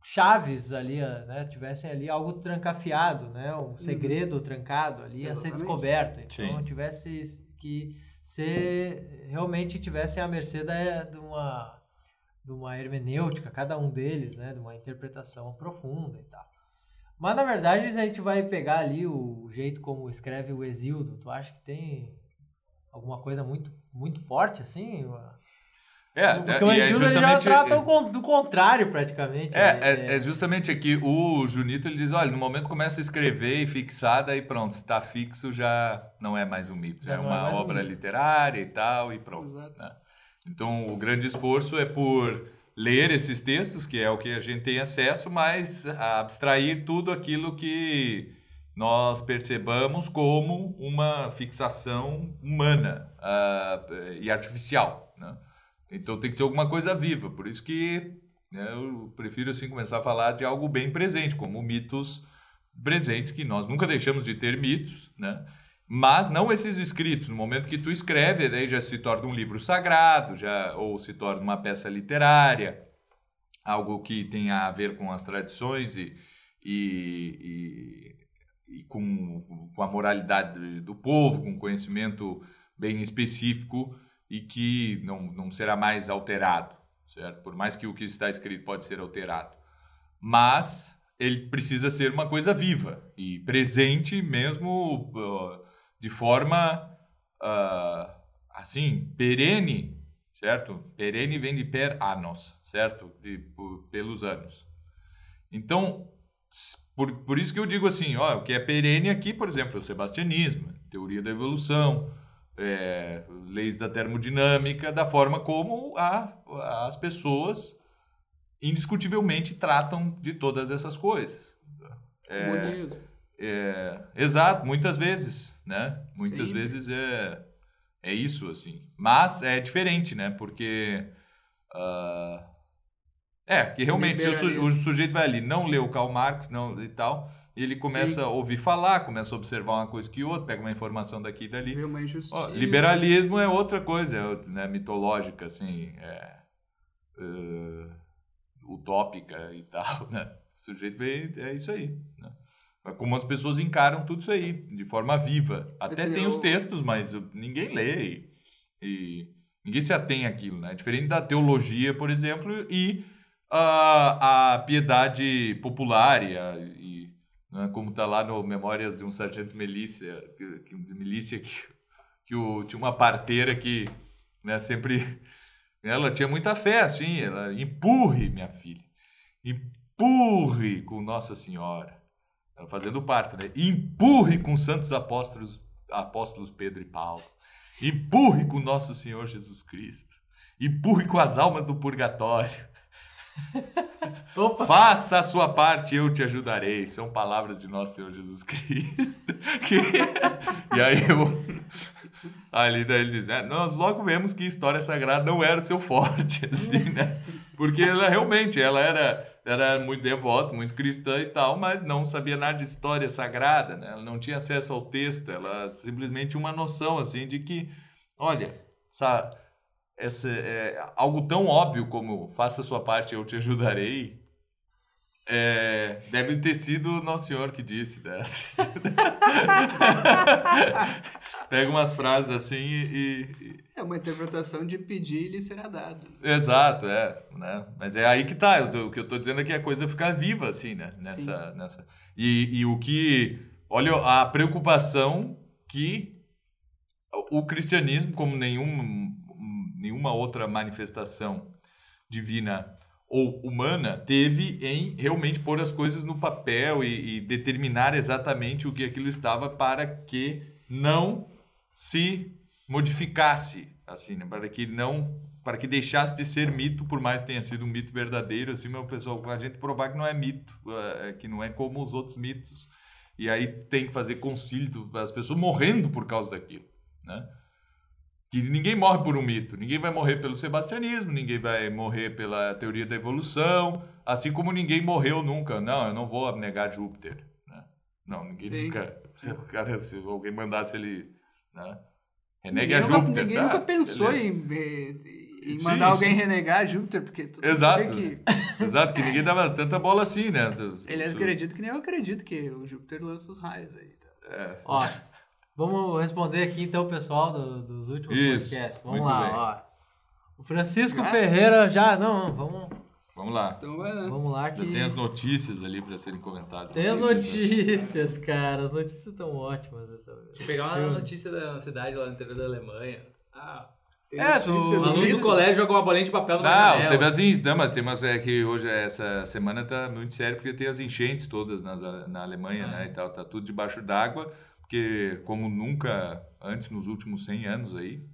Speaker 2: chaves ali ah, né tivessem ali algo trancafiado né um segredo trancado ali a ser
Speaker 5: Exatamente.
Speaker 2: descoberto então
Speaker 4: Sim.
Speaker 2: tivesse que ser realmente tivessem à mercê da, de uma de uma hermenêutica cada um deles né de uma interpretação profunda e tal mas na verdade, se a gente vai pegar ali o jeito como escreve o Exildo, tu acha que tem alguma coisa muito, muito forte assim?
Speaker 4: É,
Speaker 2: Porque
Speaker 4: é,
Speaker 2: o
Speaker 4: e é
Speaker 2: Exildo ele já
Speaker 4: justamente.
Speaker 2: trata o con- do contrário praticamente. né?
Speaker 4: É, é, é justamente aqui. O Junito ele diz: olha, no momento começa a escrever e fixar, daí pronto, se tá fixo já não é mais um mito, já
Speaker 2: Já
Speaker 4: é
Speaker 2: não é
Speaker 4: uma
Speaker 2: mais um
Speaker 4: obra
Speaker 2: mito.
Speaker 4: literária e tal, e pronto.
Speaker 5: Exato.
Speaker 4: né? Então o grande esforço é por ler esses textos, que é o que a gente tem acesso, mas abstrair tudo aquilo que nós percebamos como uma fixação humana ah, e artificial. Né? Então tem que ser alguma coisa viva, por isso que né, eu prefiro assim começar a falar de algo bem presente, como mitos presentes que nós nunca deixamos de ter mitos, né? Mas não esses escritos. No momento que tu escreve, daí já se torna um livro sagrado, já ou se torna uma peça literária, algo que tenha a ver com as tradições e, e, e- e com, com a moralidade do povo, com conhecimento bem específico e que não, não será mais alterado, certo? Por mais que o que está escrito pode ser alterado mas ele precisa ser uma coisa viva e presente mesmo ah, ó, de forma ah, assim perene, certo? Perene vem de per anos, certo? De, por- pelos anos. Então, s- por, por isso que eu digo assim, ó, o que é perene aqui, por exemplo, é o sebastianismo, teoria da evolução, é, leis da termodinâmica, da forma como a, as pessoas indiscutivelmente tratam de todas essas coisas.
Speaker 5: Comunismo.
Speaker 4: É, exato, muitas vezes, né? Muitas
Speaker 5: Sempre.
Speaker 4: vezes é, é isso, assim. Mas é diferente, né? Porque... ah, é, que realmente se o, su-
Speaker 5: Liberalismo.
Speaker 4: o sujeito vai ali, não leu Karl Marx não, e tal, e ele começa a ouvir falar, começa a observar uma coisa que outra, pega uma informação daqui e dali.
Speaker 5: Vê uma injustiça.
Speaker 4: Ó, liberalismo é outra coisa, é outra, né, mitológica, assim, é, eh, utópica e tal, né? O sujeito vê, é isso aí, né? É Como as pessoas encaram tudo isso aí, de forma viva. Até
Speaker 5: Assim,
Speaker 4: tem os
Speaker 5: eu-
Speaker 4: textos, mas ninguém lê e, e ninguém se atém àquilo, né? Diferente da teologia, por exemplo, e a, a piedade popular e, a- e, né, como está lá no Memórias de um Sargento Milícia, que, que- de milícia que, que o, tinha uma parteira que né, sempre... Ela tinha muita fé, assim, ela... Empurre, minha filha. Empurre com Nossa Senhora. Ela fazendo parto, né? Empurre com santos apóstolos, apóstolos Pedro e Paulo. Empurre com Nosso Senhor Jesus Cristo. Empurre com as almas do purgatório.
Speaker 2: Opa,
Speaker 4: Faça a sua parte, eu te ajudarei. São palavras de nosso Senhor Jesus Cristo. [laughs] Que- E aí eu. Ali daí ele diz, né? Nós logo vemos [laughs] que história sagrada não era o seu forte, assim, né? Porque ela realmente, ela era era muito devoto, muito cristã e tal, mas não sabia nada de história sagrada, né? Ela não tinha acesso ao texto, ela simplesmente tinha uma noção assim de que, olha, essa, essa é, algo tão óbvio como faça a sua parte, eu te ajudarei. é, deve ter sido Nosso Senhor que disse, né? [laughs] Assim, Pega umas frases assim e- e,
Speaker 5: É uma interpretação de pedir e lhe será dado.
Speaker 4: Exato, é, né? Mas é aí que tá. eu tô- o que eu tô dizendo é que a coisa fica viva, assim, né? Nessa. nessa... E, e o que. Olha a preocupação que o cristianismo, como nenhum, nenhuma outra manifestação divina ou humana, teve em realmente pôr as coisas no papel e, e determinar exatamente o que aquilo estava para que não se modificasse, assim, né? para que não para que deixasse de ser mito, por mais que tenha sido um mito verdadeiro, assim, meu pessoal, a gente provar que não é mito, eh, que não é como os outros mitos. E aí tem que fazer concílio, as pessoas morrendo por causa daquilo, né? Que ninguém morre por um mito, ninguém vai morrer pelo sebastianismo, ninguém vai morrer pela teoria da evolução, assim como ninguém morreu nunca. Não, eu não vou abnegar Júpiter, né? Não, ninguém
Speaker 5: Sim.
Speaker 4: nunca. Se, o cara, se alguém mandasse ele, né?
Speaker 5: Ninguém
Speaker 4: Renegue a
Speaker 5: nunca-
Speaker 4: Júpiter.
Speaker 5: Ninguém
Speaker 4: tá?
Speaker 5: nunca pensou
Speaker 4: Beleza.
Speaker 5: em, eh, em
Speaker 4: Sim,
Speaker 5: mandar alguém
Speaker 4: sim.
Speaker 5: renegar a Júpiter, porque tu
Speaker 4: Exato.
Speaker 5: vê que
Speaker 4: Exato, que ninguém dava tanta bola assim, né? Tu-
Speaker 5: ele
Speaker 4: tu-
Speaker 5: acredita que nem eu acredito que o Júpiter lança os raios aí. tá?
Speaker 4: é.
Speaker 2: Ó, vamos responder aqui então o pessoal do- dos últimos
Speaker 4: Isso,
Speaker 2: podcasts. Vamos
Speaker 4: muito
Speaker 2: lá,
Speaker 4: bem.
Speaker 2: ó. O Francisco
Speaker 5: Já?
Speaker 2: Ferreira já. Não, não, vamos,
Speaker 4: Vamos lá.
Speaker 5: Então, vai lá.
Speaker 2: vamos lá que.
Speaker 4: Já tem as notícias ali para serem comentadas.
Speaker 2: Tem as
Speaker 4: né?
Speaker 2: notícias, cara. As notícias estão ótimas dessa vez.
Speaker 3: Deixa eu pegar uma
Speaker 2: Filme.
Speaker 3: notícia da cidade lá no interior da Alemanha. Ah,
Speaker 5: Tem
Speaker 2: É, tu-
Speaker 5: notícia do
Speaker 3: o aluno
Speaker 5: Luiz-
Speaker 3: do colégio jogou uma bolinha de papel no
Speaker 4: Não, teve as enchentes. Não, mas tem umas é que hoje, essa semana tá muito sério, porque tem as enchentes todas nas, na Alemanha,
Speaker 3: Ah.
Speaker 4: né? E tal, tá tudo debaixo d'água, porque como nunca antes, nos últimos 100 anos aí.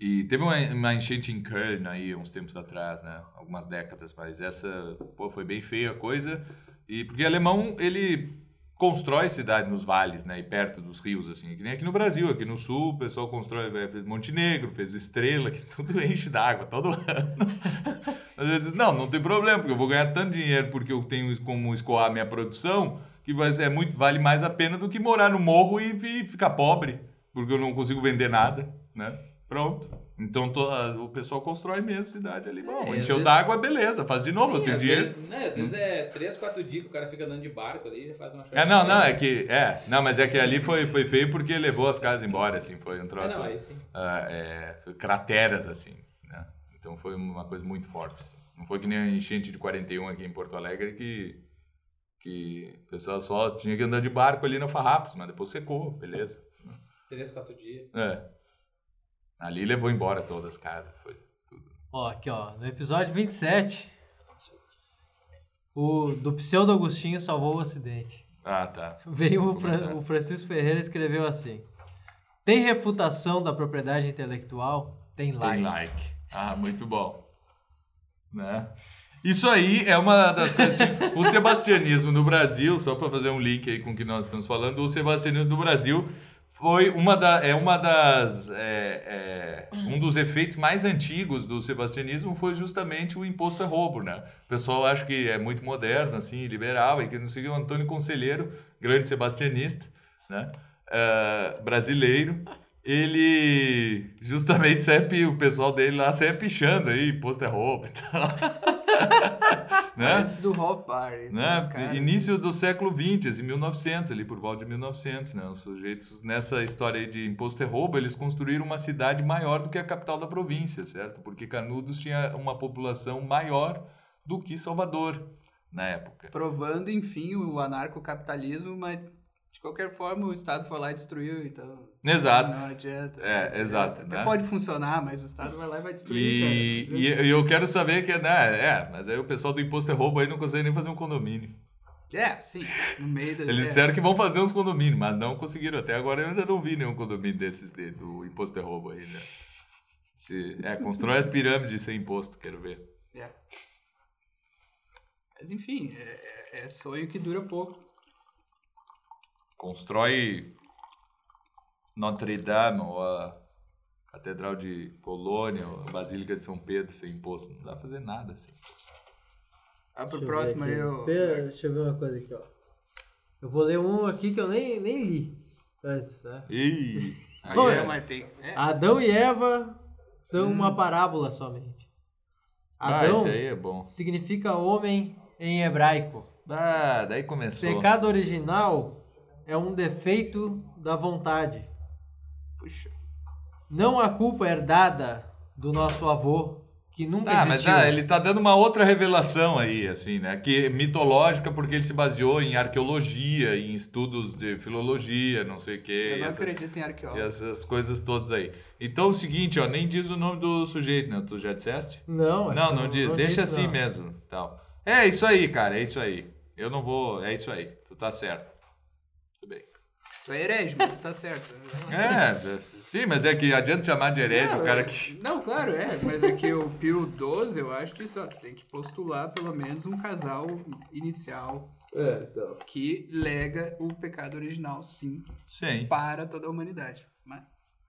Speaker 4: E teve uma, uma enchente em Köln aí, uns tempos atrás, né? Algumas décadas, mas essa, pô, foi bem feia a coisa. E porque alemão, ele constrói cidade nos vales, né? E perto dos rios, assim. Que nem aqui no Brasil, aqui no sul, o pessoal constrói, eh, fez Montenegro, fez Estrela, que [laughs] tudo enche d'água todo ano. Às vezes, não, não tem problema, porque eu vou ganhar tanto dinheiro porque eu tenho como escoar minha produção, que vai, é muito, vale mais a pena do que morar no morro e, vi- ficar pobre, porque eu não consigo vender nada, né? Pronto. Então to- a- o pessoal constrói mesmo cidade ali. Bom,
Speaker 3: É, às
Speaker 4: encheu
Speaker 3: vezes-
Speaker 4: d'água, beleza, faz de novo, eu tenho
Speaker 3: às
Speaker 4: dinheiro. Hum.
Speaker 3: Vezes, né, às vezes é 3, 4 dias que o cara fica andando de barco ali e faz uma
Speaker 4: É, não, não, é que. É, não, mas é que ali foi, foi feio porque levou as casas embora, assim, foi um
Speaker 3: Ah,
Speaker 4: troço.
Speaker 3: não, aí sim.
Speaker 4: ah, é, foi crateras, assim, né? Então foi uma coisa muito forte. assim. Não foi que nem a enchente de 41 aqui em Porto Alegre que. que o pessoal só tinha que andar de barco ali na Farrapos, mas depois secou, beleza.
Speaker 3: 3, 4 dias.
Speaker 4: É. Ali levou embora todas as casas, foi.
Speaker 2: Ó, aqui ó, no episódio 27, o do Pseudo Agostinho salvou o acidente.
Speaker 4: Ah, tá.
Speaker 2: Veio o, Fran-
Speaker 4: Comentário.
Speaker 2: o Francisco Ferreira e escreveu assim: Tem refutação da propriedade intelectual? Tem like.
Speaker 4: Tem like. Ah, muito bom. Né? Isso aí é uma das coisas. o sebastianismo no Brasil, só para fazer um link aí com o que nós estamos falando, o sebastianismo no Brasil foi uma da, é uma das é, é, um dos efeitos mais antigos do sebastianismo foi justamente o imposto a roubo, né? O pessoal acha que é muito moderno assim, liberal e que não sei o que, o Antônio Conselheiro, grande sebastianista, né? Ah, brasileiro, ele justamente sempre o pessoal dele lá sempre pichando aí, imposto é roubo e tal. né?
Speaker 5: Antes do Hall Party.
Speaker 4: né?
Speaker 5: dos caras.
Speaker 4: Início do século XX, assim, 1900, ali por volta de 1900, né? Os sujeitos, nessa história aí de imposto e roubo, eles construíram uma cidade maior do que a capital da província, certo? Porque Canudos tinha uma população maior do que Salvador na época.
Speaker 5: Provando, enfim, o anarcocapitalismo, mas de qualquer forma o Estado foi lá e destruiu, então.
Speaker 4: Exato.
Speaker 5: Não adianta.
Speaker 4: É,
Speaker 5: não adianta.
Speaker 4: exato,
Speaker 5: Até
Speaker 4: né?
Speaker 5: pode funcionar, mas o Estado vai lá e vai
Speaker 4: E,
Speaker 5: destruir. cara.
Speaker 4: e, e eu quero saber que, né, é, mas aí o pessoal do imposto e roubo aí não consegue nem fazer um condomínio.
Speaker 5: É, sim. No meio da.
Speaker 4: Eles
Speaker 5: é.
Speaker 4: disseram que vão fazer uns condomínios, mas não conseguiram. Até agora eu ainda não vi nenhum condomínio desses de, do imposto de roubo aí, né? Se- é, constrói as pirâmides sem imposto, quero ver.
Speaker 5: É. Mas enfim, é, é- é sonho que dura pouco.
Speaker 4: Constrói Notre Dame ou a Catedral de Colônia ou a Basílica de São Pedro sem imposto. Não dá pra fazer nada assim.
Speaker 5: Ah,
Speaker 2: Deixa
Speaker 5: pro
Speaker 2: eu ver
Speaker 5: próximo
Speaker 2: aqui.
Speaker 5: aí, eu...
Speaker 2: Pera, Deixa eu ver uma coisa aqui, ó. Eu vou ler um aqui que eu nem, nem li antes, né?
Speaker 4: Ei,
Speaker 5: Aí
Speaker 2: Bom,
Speaker 5: é,
Speaker 2: é.
Speaker 5: mas tem... É,
Speaker 2: Adão e Eva são uma parábola somente.
Speaker 4: Hum. ah,
Speaker 2: Adão
Speaker 4: esse aí é bom.
Speaker 2: significa homem em hebraico.
Speaker 4: Ah, daí começou.
Speaker 2: Pecado original é um defeito da vontade.
Speaker 5: puxa.
Speaker 2: Não a culpa herdada do nosso avô, que nunca
Speaker 4: Ah, mas
Speaker 2: existiu.
Speaker 4: ah, ele tá dando uma outra revelação aí, assim, né? Que é mitológica porque ele se baseou em arqueologia, em estudos de filologia, não sei o quê.
Speaker 5: Eu não
Speaker 4: essa-
Speaker 5: acredito em
Speaker 4: e
Speaker 5: arqueólogo.
Speaker 4: essas coisas todas aí. Então é o seguinte, ó, nem diz o nome do sujeito, né? Tu já disseste?
Speaker 2: Não, acho
Speaker 4: Não,
Speaker 2: que
Speaker 4: não diz, deixa assim
Speaker 2: não.
Speaker 4: mesmo, tal. É isso aí, cara, é isso aí. Eu não vou, é isso aí. Tu tá certo. Tudo bem.
Speaker 5: Tu é herege, mas tu tá certo.
Speaker 4: É, sim, mas é que adianta chamar de herege o cara
Speaker 5: é-
Speaker 4: que
Speaker 5: Não, claro, é. Mas é que o Pio 12, eu acho que só tu tem que postular pelo menos um casal inicial que lega o pecado original, sim,
Speaker 4: [laughs] Sim.
Speaker 5: para toda a humanidade. Mas,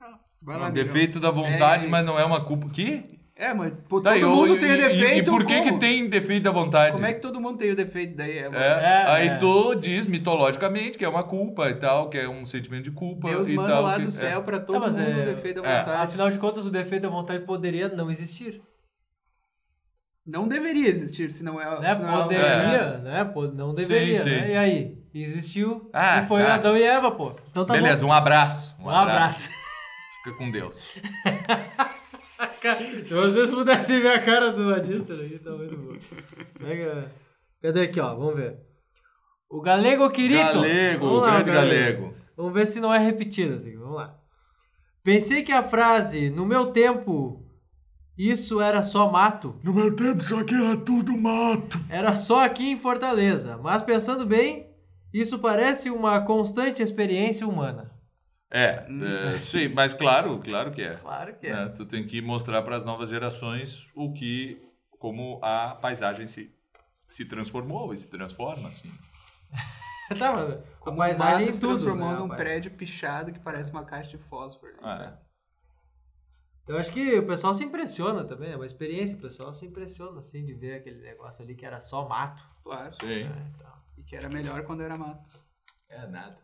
Speaker 5: ah, vai lá,
Speaker 4: Um
Speaker 5: amigão.
Speaker 4: defeito da vontade,
Speaker 5: É,
Speaker 4: mas não é uma culpa. Que?
Speaker 5: É, mas pô, todo
Speaker 4: Daí,
Speaker 5: mundo
Speaker 4: e-
Speaker 5: tem
Speaker 4: e-
Speaker 5: o defeito.
Speaker 4: E, por que
Speaker 5: como?
Speaker 4: que tem defeito da vontade?
Speaker 5: Como é que todo mundo tem o defeito daí? É,
Speaker 4: É,
Speaker 2: É,
Speaker 4: aí
Speaker 2: é.
Speaker 4: tu diz mitologicamente que é uma culpa e tal, que é um sentimento de culpa
Speaker 5: Deus
Speaker 4: e
Speaker 5: manda
Speaker 4: tal.
Speaker 5: lá
Speaker 4: que-
Speaker 5: do céu pra todo
Speaker 2: mas
Speaker 5: mundo
Speaker 2: é-
Speaker 5: o defeito da
Speaker 4: é.
Speaker 5: vontade.
Speaker 2: Afinal de contas, o defeito da vontade poderia não existir.
Speaker 5: Não deveria existir, se não é...
Speaker 2: Né?
Speaker 5: se não é
Speaker 2: Poderia, né? Pô, não deveria,
Speaker 4: sim.
Speaker 2: né? E aí? Existiu
Speaker 4: Ah,
Speaker 2: e foi
Speaker 4: tá.
Speaker 2: Adão e Eva, pô. Então tá
Speaker 4: Beleza, um abraço.
Speaker 2: bom. Um abraço.
Speaker 4: Fica com Deus.
Speaker 2: Se vocês pudessem ver a cara do Magister aqui, tá muito bom. Pega... Cadê aqui, ó? Vamos ver. O Galego Quirito.
Speaker 4: Galego,
Speaker 2: Vamos lá,
Speaker 4: grande galego.
Speaker 2: Vamos ver se não é repetido. Assim. Vamos lá. Pensei que a frase, no meu tempo, isso era só mato,
Speaker 4: No meu tempo isso aqui era tudo mato.
Speaker 2: era só aqui em Fortaleza. Mas pensando bem, isso parece uma constante experiência humana.
Speaker 4: É, é,
Speaker 5: Hum.
Speaker 4: sim, mas claro, claro que é.
Speaker 2: Claro que
Speaker 4: né? Tu tem que mostrar para as novas gerações o que, como a paisagem se, se transformou e se transforma, assim.
Speaker 2: [laughs] tá, mano.
Speaker 5: Como
Speaker 2: Mas
Speaker 5: um
Speaker 2: ali
Speaker 5: mato
Speaker 2: em
Speaker 5: se
Speaker 2: tudo,
Speaker 5: transformou
Speaker 2: né,
Speaker 5: num
Speaker 2: rapaz?
Speaker 5: prédio pichado que parece uma caixa de fósforo. né?
Speaker 4: Ah,
Speaker 2: Eu acho que o pessoal se impressiona também, é uma experiência, o pessoal se impressiona, assim, de ver aquele negócio ali que era só mato.
Speaker 5: Claro.
Speaker 4: sim.
Speaker 5: E que era melhor quando era mato.
Speaker 4: É nada.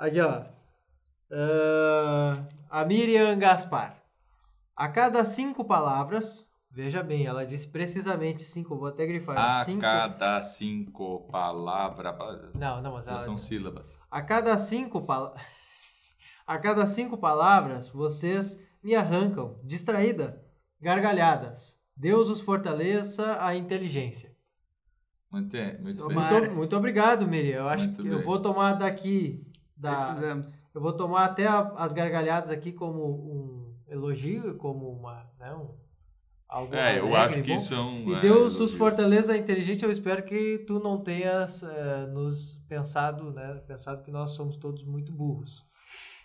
Speaker 2: Aqui, ó. Ah, a Miriam Gaspar. A cada cinco palavras, veja bem, ela disse precisamente cinco, eu vou até grifar.
Speaker 4: A
Speaker 2: cinco.
Speaker 4: Ah, cada cinco palavras.
Speaker 2: Não, não, mas ela...
Speaker 4: São sílabas.
Speaker 2: A cada cinco pala... [laughs] A cada cinco palavras, vocês me arrancam, distraída, gargalhadas. Deus os fortaleça a inteligência.
Speaker 4: Muito, muito bem.
Speaker 5: Toma-
Speaker 2: Muito,
Speaker 5: Mara.
Speaker 2: muito obrigado, Miri. Eu acho
Speaker 4: Muito
Speaker 2: que eu
Speaker 4: bem. é-
Speaker 2: vou tomar daqui da
Speaker 5: Precisamos.
Speaker 2: Eu vou tomar até a- as gargalhadas aqui como um elogio, como uma, né, um, algo
Speaker 4: É, eu
Speaker 2: alegre
Speaker 4: acho
Speaker 2: e
Speaker 4: que
Speaker 2: bom.
Speaker 4: são.
Speaker 2: E
Speaker 4: é,
Speaker 2: Deus os
Speaker 4: elogios.
Speaker 2: fortaleza inteligente, eu espero que tu não tenhas eh, nos pensado, né, pensado que nós somos todos muito burros,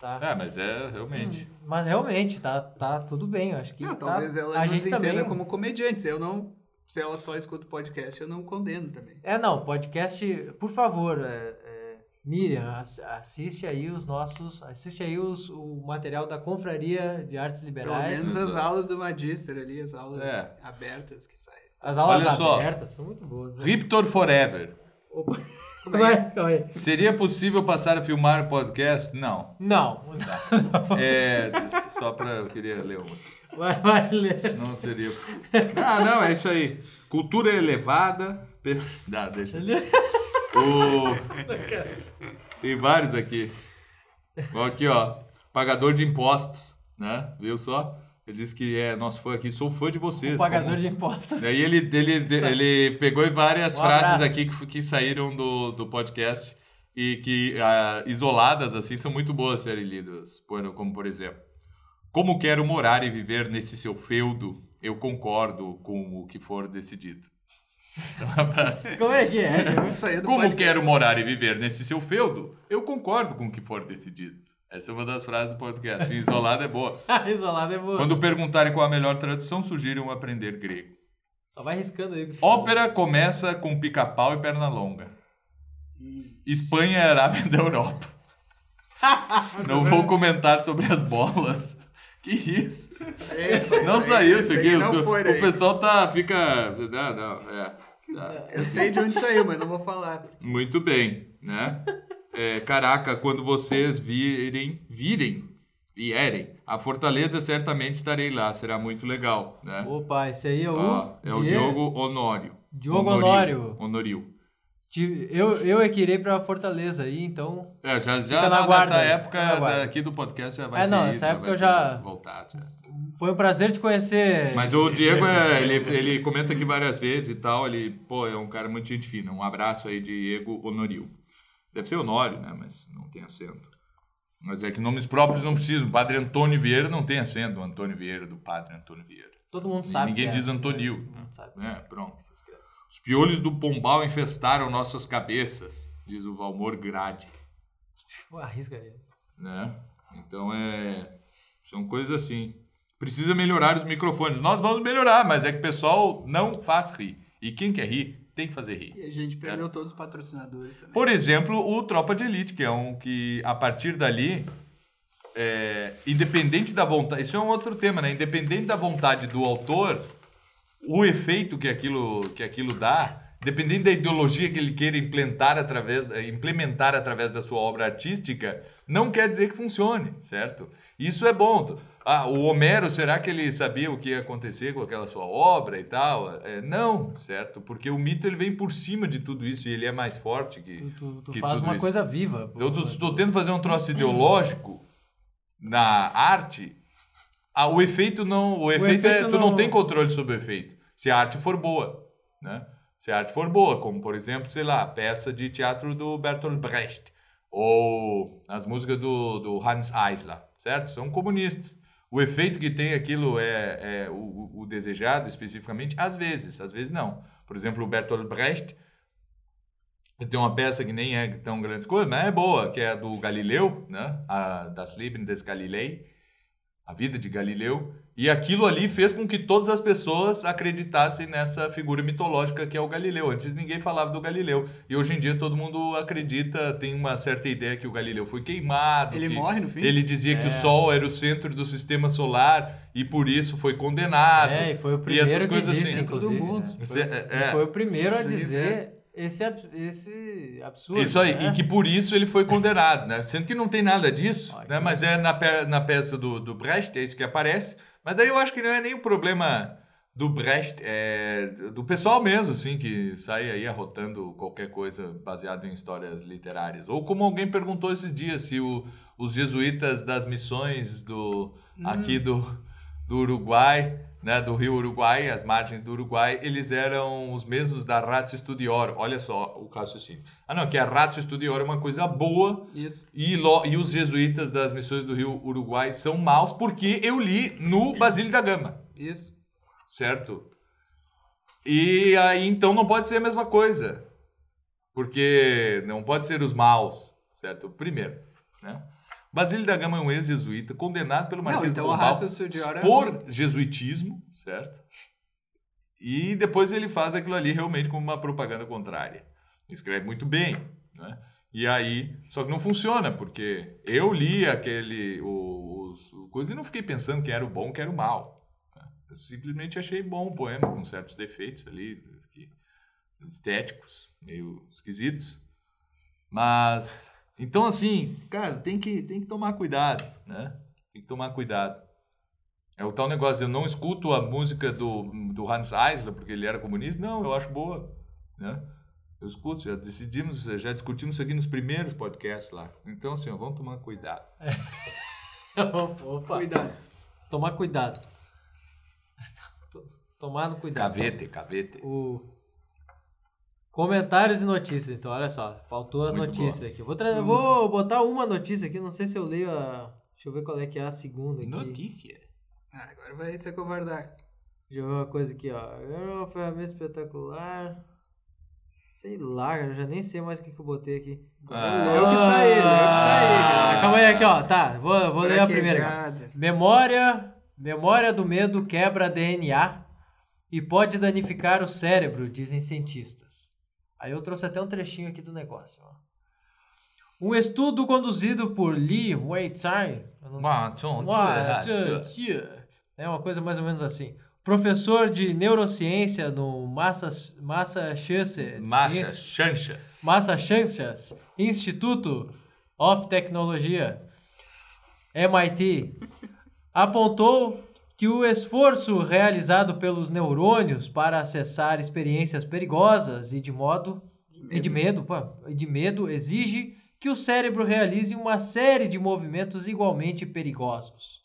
Speaker 2: tá?
Speaker 4: Ah, mas é realmente.
Speaker 2: Mas realmente, tá, tá tudo bem, eu acho que
Speaker 5: Não,
Speaker 2: tá-
Speaker 5: talvez ela
Speaker 2: a
Speaker 5: nos
Speaker 2: gente
Speaker 5: entenda
Speaker 2: também...
Speaker 5: como comediantes. Eu não. Se ela só escuta o podcast, eu não condeno também.
Speaker 2: É, não, podcast, por favor, é, é, Miriam, ass- assiste aí os nossos, assiste aí os, o material da Confraria de Artes
Speaker 5: Pelo
Speaker 2: Liberais.
Speaker 5: menos as aulas do Magister ali, as aulas
Speaker 4: É.
Speaker 5: abertas que saem.
Speaker 2: As aulas
Speaker 4: Olha só.
Speaker 2: abertas são muito boas. Né?
Speaker 4: Riptor Forever.
Speaker 2: Opa.
Speaker 5: é?
Speaker 2: Vai, calma aí.
Speaker 4: Seria possível passar a filmar o podcast? Não.
Speaker 2: Não,
Speaker 4: É, só pra. Eu queria ler uma.
Speaker 2: vai, vai ler.
Speaker 4: Não seria possível. Ah, não, é isso aí. Cultura elevada. per- Dá, deixa assim. [laughs] O... Tem vários aqui. Ó, Aqui, ó. Pagador de impostos, né? Viu só? Ele disse que é nosso fã aqui. Sou fã de vocês.
Speaker 2: O pagador
Speaker 4: como-
Speaker 2: de impostos.
Speaker 4: Daí ele, ele, ele pegou várias
Speaker 2: Um
Speaker 4: frases
Speaker 2: abraço.
Speaker 4: aqui que, que saíram do, do podcast e que ah, isoladas assim são muito boas serem lidas, por- como por exemplo. Como quero morar e viver nesse seu feudo, eu concordo com o que for decidido. Essa é uma frase.
Speaker 2: Como é que é?
Speaker 5: Isso aí é do
Speaker 4: Como
Speaker 5: podcast.
Speaker 4: quero morar e viver nesse seu feudo, eu concordo com o que for decidido. Essa é uma das frases do podcast. Assim, isolada é boa.
Speaker 2: [laughs] Isolado é boa.
Speaker 4: Quando perguntarem qual a melhor tradução, sugiram aprender grego.
Speaker 2: Só vai riscando aí.
Speaker 4: Ópera começa com pica-pau e perna longa. Espanha
Speaker 5: [laughs]
Speaker 4: é a Arábia da Europa. Não vou comentar sobre as bolas [laughs] Que isso?
Speaker 5: É, pois
Speaker 4: um- Não
Speaker 5: é,
Speaker 4: saiu isso
Speaker 5: esse aí
Speaker 4: aqui. os-
Speaker 5: Não foi
Speaker 4: o
Speaker 5: daí.
Speaker 4: pessoal tá. Fica. Não, não, é. tá.
Speaker 5: Eu sei de onde saiu, mas não vou falar.
Speaker 4: Muito bem, né? É, caraca, quando vocês virem, virem, vierem, a Fortaleza certamente estarei lá, será muito legal, né?
Speaker 2: Opa, esse aí é o.
Speaker 4: Ó, é o
Speaker 2: Die-
Speaker 4: Diogo Honório.
Speaker 2: Diogo Honório.
Speaker 4: Honorio.
Speaker 2: Tive- Eu, eu é que irei pra Fortaleza aí, então.
Speaker 4: É, já,
Speaker 2: Fica
Speaker 4: já
Speaker 2: na
Speaker 4: na-
Speaker 2: guarda,
Speaker 4: nessa época
Speaker 2: fica na guarda.
Speaker 4: daqui do podcast já vai
Speaker 2: É, não,
Speaker 4: ter
Speaker 2: nessa
Speaker 4: ido,
Speaker 2: época
Speaker 4: vai
Speaker 2: eu
Speaker 4: ter
Speaker 2: já-
Speaker 4: voltado, já.
Speaker 2: Foi um prazer te conhecer.
Speaker 4: Mas o Diego, é, ele, ele comenta aqui várias vezes e tal. Ele, pô, é um cara muito gente fina. Um abraço aí, Diego Honorio. Deve ser Honório, né? Mas não tem acento. Mas é que nomes próprios não precisam. Padre Antônio Vieira não tem acento. Antônio Vieira, do Padre Antônio Vieira.
Speaker 2: Todo mundo sabe.
Speaker 4: Ninguém
Speaker 2: que
Speaker 4: diz
Speaker 2: é,
Speaker 4: Antonio.
Speaker 2: Todo mundo sabe.
Speaker 4: É, pronto. Os piolhos do Pombal infestaram nossas cabeças, diz o Valmor Grade.
Speaker 2: Pô, arrisca aí.
Speaker 4: né? Então é. São coisas assim. Precisa melhorar os microfones. Nós vamos melhorar, mas é que o pessoal não faz rir. E quem quer rir, tem que fazer rir.
Speaker 5: E a gente perdeu todos os patrocinadores também.
Speaker 4: Por exemplo, o Tropa de Elite, que é um que a partir dali. é, independente da vontade. Isso é um outro tema, né? Independente da vontade do autor, o efeito que aquilo, que aquilo dá, dependendo da ideologia que ele queira implantar através, implementar através da sua obra artística, não quer dizer que funcione, certo? Isso é bom. Tu- Ah, o Homero, será que ele sabia o que ia acontecer com aquela sua obra e tal? É, não, certo? Porque o mito ele vem por cima de tudo isso e ele é mais forte que.
Speaker 2: Tu, tu- tu
Speaker 4: que
Speaker 2: faz
Speaker 4: tudo
Speaker 2: uma
Speaker 4: isso.
Speaker 2: coisa viva. pô.
Speaker 4: Eu estou tentando fazer um troço ideológico na arte. Ah, o efeito não. O efeito, é.
Speaker 2: efeito
Speaker 4: Tu não
Speaker 2: não-
Speaker 4: tem controle sobre o efeito. Se a arte for boa. Né? Se a arte for boa, como por exemplo, sei lá, a peça de teatro do Bertolt Brecht. Ou as músicas do, do Hans Eisler. Certo? São comunistas. O efeito que tem aquilo é, é o- o, o desejado especificamente, às vezes, às vezes não. Por exemplo, o Bertolt Brecht tem uma peça que nem é tão grande coisa, mas é boa, que é a do Galileu, né? A das Leben des Galilei, a vida de Galileu. E aquilo ali fez com que todas as pessoas acreditassem nessa figura mitológica que é o Galileu. Antes ninguém falava do Galileu. E hoje em dia todo mundo acredita, tem uma certa ideia que o Galileu foi queimado.
Speaker 5: Ele
Speaker 4: que
Speaker 5: morre no fim?
Speaker 4: Ele dizia
Speaker 2: É.
Speaker 4: que o Sol era o centro do sistema solar e por isso foi condenado.
Speaker 2: É, e foi o
Speaker 4: E essas
Speaker 2: primeiro que
Speaker 4: coisas
Speaker 2: disse,
Speaker 4: assim.
Speaker 2: inclusive.
Speaker 5: Todo mundo.
Speaker 2: né?
Speaker 4: Você- é- é.
Speaker 2: Foi o primeiro a
Speaker 5: Do
Speaker 2: dizer
Speaker 5: universo.
Speaker 2: esse, abs- esse absurdo.
Speaker 4: Isso aí,
Speaker 2: né?
Speaker 4: e que por isso ele foi condenado, né? Sendo que não tem nada disso,
Speaker 2: Olha.
Speaker 4: né? Mas é na, pe- na peça do, do Brecht, é isso que aparece. Mas daí eu acho que não é nem o problema do Brecht, é do pessoal mesmo, assim, que sai aí arrotando qualquer coisa baseada em histórias literárias. Ou como alguém perguntou esses dias, se o- os jesuítas das missões do
Speaker 2: Hum.
Speaker 4: aqui do, do Uruguai, né, do Rio Uruguai, as margens do Uruguai, eles eram os mesmos da Ratio Studiorum. Olha só o raciocínio. Ah, não, que a Ratio Studiorum é uma coisa boa
Speaker 5: Isso.
Speaker 4: e, lo- e os jesuítas das missões do Rio Uruguai são maus porque eu li no Basílio da Gama,
Speaker 5: Isso.
Speaker 4: certo? E aí então não pode ser a mesma coisa. Porque não pode ser os maus, certo? Primeiro, né? Basílio da Gama é um ex-jesuíta condenado pelo Marquês
Speaker 5: Não, então
Speaker 4: do
Speaker 5: a
Speaker 4: Pombal
Speaker 5: raça um sudiora...
Speaker 4: por jesuitismo, certo? E depois ele faz aquilo ali realmente como uma propaganda contrária. Escreve muito bem, né? E aí, só que não funciona, porque eu li aquele o, os- o coisa e não fiquei pensando que era o bom, que era o mal. né? Eu simplesmente achei bom o poema com certos defeitos ali, que- estéticos, meio esquisitos. Mas então assim, cara, tem que tem que tomar cuidado, né? Tem que tomar cuidado. É o tal negócio, eu não escuto a música do, do Hans Eisler porque ele era comunista. Não, eu acho boa, né? Eu escuto, já decidimos, já discutimos isso aqui nos primeiros podcasts lá. Então, assim, ó, vamos tomar cuidado.
Speaker 2: [laughs] Opa,
Speaker 5: Cuidado.
Speaker 2: tomar cuidado. [laughs] To- Tomar no cuidado.
Speaker 4: Cavete, cavete.
Speaker 2: O... Comentários e notícias, então, olha só. Faltou as
Speaker 4: Muito
Speaker 2: notícias aqui. Vou,
Speaker 5: Hum.
Speaker 2: tra- eu vou botar uma notícia aqui, não sei se eu leio a. Deixa eu ver qual é que é a segunda aqui.
Speaker 4: Notícia.
Speaker 5: Ah, agora vai se acovardar.
Speaker 2: Deixa eu ver uma coisa aqui, ó. Era uma ferramenta espetacular. Sei lá, cara, eu já nem sei mais o que, que eu botei aqui.
Speaker 4: Ah.
Speaker 5: É o que tá aí, é o que tá aí.
Speaker 2: Ah,
Speaker 5: cara.
Speaker 2: calma aí aqui, ó. Tá, vou, vou ler a primeira. aqui.
Speaker 5: Fraquejada.
Speaker 2: Memória, memória do medo quebra DNA e pode danificar o cérebro, dizem cientistas. Aí eu trouxe até um trechinho aqui do negócio. ó. Um estudo conduzido por Lee Weitzai, Eu não-
Speaker 4: Uma, tchum, tchum,
Speaker 2: Uá,
Speaker 4: tchum.
Speaker 2: tchê, tchê. É uma coisa mais ou menos assim. Professor de neurociência no Massas- Massachusetts.
Speaker 4: Machas, chanchas.
Speaker 2: Massachusetts Instituto of Tecnologia, MIT, apontou que o esforço realizado pelos neurônios para acessar experiências perigosas e de modo e de medo, pô, e de medo exige que o cérebro realize uma série de movimentos igualmente perigosos.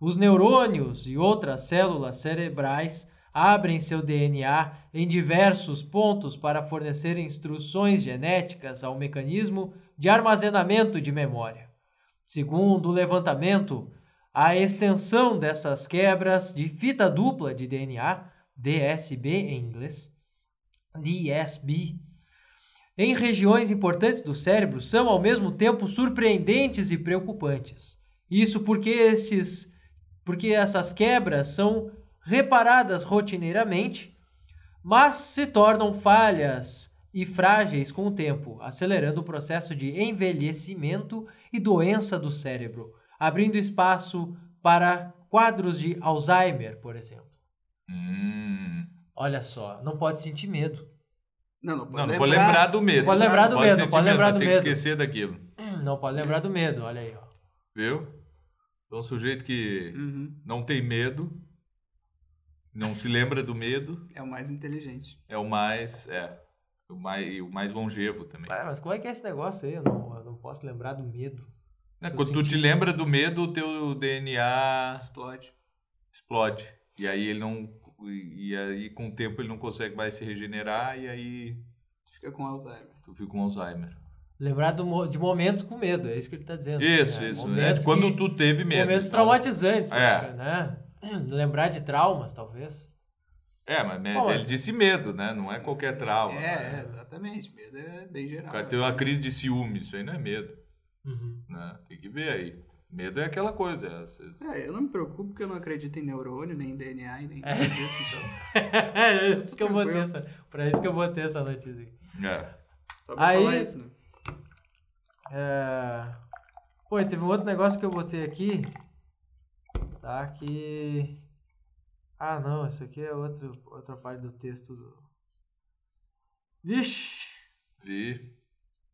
Speaker 2: Os neurônios e outras células cerebrais abrem seu DNA em diversos pontos para fornecer instruções genéticas ao mecanismo de armazenamento de memória. Segundo o levantamento, a extensão dessas quebras de fita dupla de DNA, DSB em inglês, DSB, em regiões importantes do cérebro são ao mesmo tempo surpreendentes e preocupantes. Isso porque esses porque essas quebras são reparadas rotineiramente, mas se tornam falhas e frágeis com o tempo, acelerando o processo de envelhecimento e doença do cérebro, abrindo espaço para quadros de Alzheimer, por exemplo.
Speaker 4: Hum.
Speaker 2: Olha só, não pode sentir medo.
Speaker 5: Não, não
Speaker 4: Não,
Speaker 5: pode
Speaker 4: não
Speaker 5: lembrar.
Speaker 4: pode lembrar do medo.
Speaker 2: Pode lembrar do medo,
Speaker 4: sentir
Speaker 2: pode lembrar
Speaker 4: mas
Speaker 2: do
Speaker 4: Tem
Speaker 2: medo. Hum,
Speaker 4: que esquecer daquilo,
Speaker 2: Não pode lembrar do medo, olha aí, ó.
Speaker 4: viu? Então, um sujeito que
Speaker 5: Uhum.
Speaker 4: não tem medo, não se lembra do medo,
Speaker 5: É o mais inteligente.
Speaker 4: é o mais, é, o mais, e o mais longevo também.
Speaker 2: Ah, mas como é que é esse negócio aí? Eu não, eu não posso lembrar do medo.
Speaker 4: Né,
Speaker 2: eu
Speaker 4: Quando tu
Speaker 2: senti-
Speaker 4: te lembra do medo, o teu DNA
Speaker 5: Explode.
Speaker 4: explode. E aí ele não. E aí com o tempo ele não consegue mais se regenerar e aí
Speaker 5: Fica com Alzheimer.
Speaker 4: tu fica com Alzheimer.
Speaker 2: Lembrar do mo- de momentos com medo, é isso que ele tá dizendo.
Speaker 4: Isso,
Speaker 2: né?
Speaker 4: isso. né?
Speaker 2: Momentos
Speaker 4: Quando
Speaker 2: que-
Speaker 4: tu teve medo.
Speaker 2: Momentos
Speaker 4: então.
Speaker 2: traumatizantes,
Speaker 4: É.
Speaker 2: praticamente, né? [clears throat] Lembrar de traumas, talvez. [laughs]
Speaker 4: É, mas, mas
Speaker 2: Bom,
Speaker 4: ele disse medo, né? Não é qualquer trauma.
Speaker 5: É, é, exatamente. Medo é bem
Speaker 4: O
Speaker 5: geral.
Speaker 4: cara
Speaker 5: né?
Speaker 4: tem né? uma crise de ciúme, isso aí não é medo.
Speaker 2: Uhum.
Speaker 4: Né? Tem que ver aí. Medo é aquela coisa. é, cê-
Speaker 5: É, eu não me preocupo porque eu não acredito em neurônio, nem em DNA, e nem em nada disso, então.
Speaker 2: É isso que eu
Speaker 5: Tranquilo.
Speaker 2: botei essa. Pra isso que eu botei essa notícia aqui.
Speaker 4: É.
Speaker 5: Só pra
Speaker 2: Aí-
Speaker 5: falar isso, né?
Speaker 2: É... Pô, e teve um outro negócio que eu botei aqui. Tá, que. Ah, não, isso aqui é outro, outra parte do texto do. Vixe!
Speaker 4: E...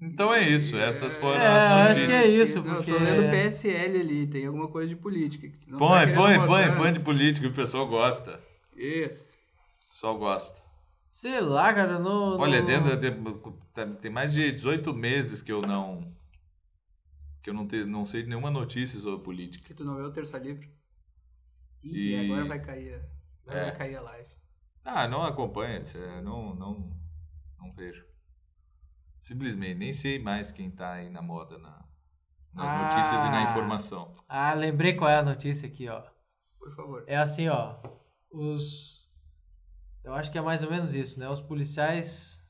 Speaker 4: Então é isso. Essas foram
Speaker 2: É,
Speaker 4: as
Speaker 2: acho
Speaker 4: notícias.
Speaker 2: que é isso,
Speaker 5: Não,
Speaker 2: porque-
Speaker 5: Eu tô lendo PSL ali, tem alguma coisa de política. Que tu não tá
Speaker 4: Põe,
Speaker 5: querendo
Speaker 4: põe,
Speaker 5: botar.
Speaker 4: põe, põe de político, o pessoal gosta.
Speaker 5: Isso.
Speaker 4: O pessoal gosta.
Speaker 2: Sei lá, cara, eu não.
Speaker 4: Olha, é
Speaker 2: não...
Speaker 4: dentro de- tá- tem mais de 18 meses que eu não que eu não, te, não sei nenhuma notícia sobre política.
Speaker 5: Que tu não vê o Terça Livre. Ih,
Speaker 4: E-
Speaker 5: agora vai cair. a- Agora
Speaker 4: É.
Speaker 5: vai cair a live.
Speaker 4: Ah, não acompanho, é, não não não vejo. Simplesmente nem sei mais quem tá aí na moda na- nas
Speaker 2: Ah.
Speaker 4: notícias e na informação.
Speaker 2: Ah, lembrei qual é a notícia aqui, ó.
Speaker 5: Por favor.
Speaker 2: É assim, ó. Os. Eu acho que é mais ou menos isso, né? Os policiais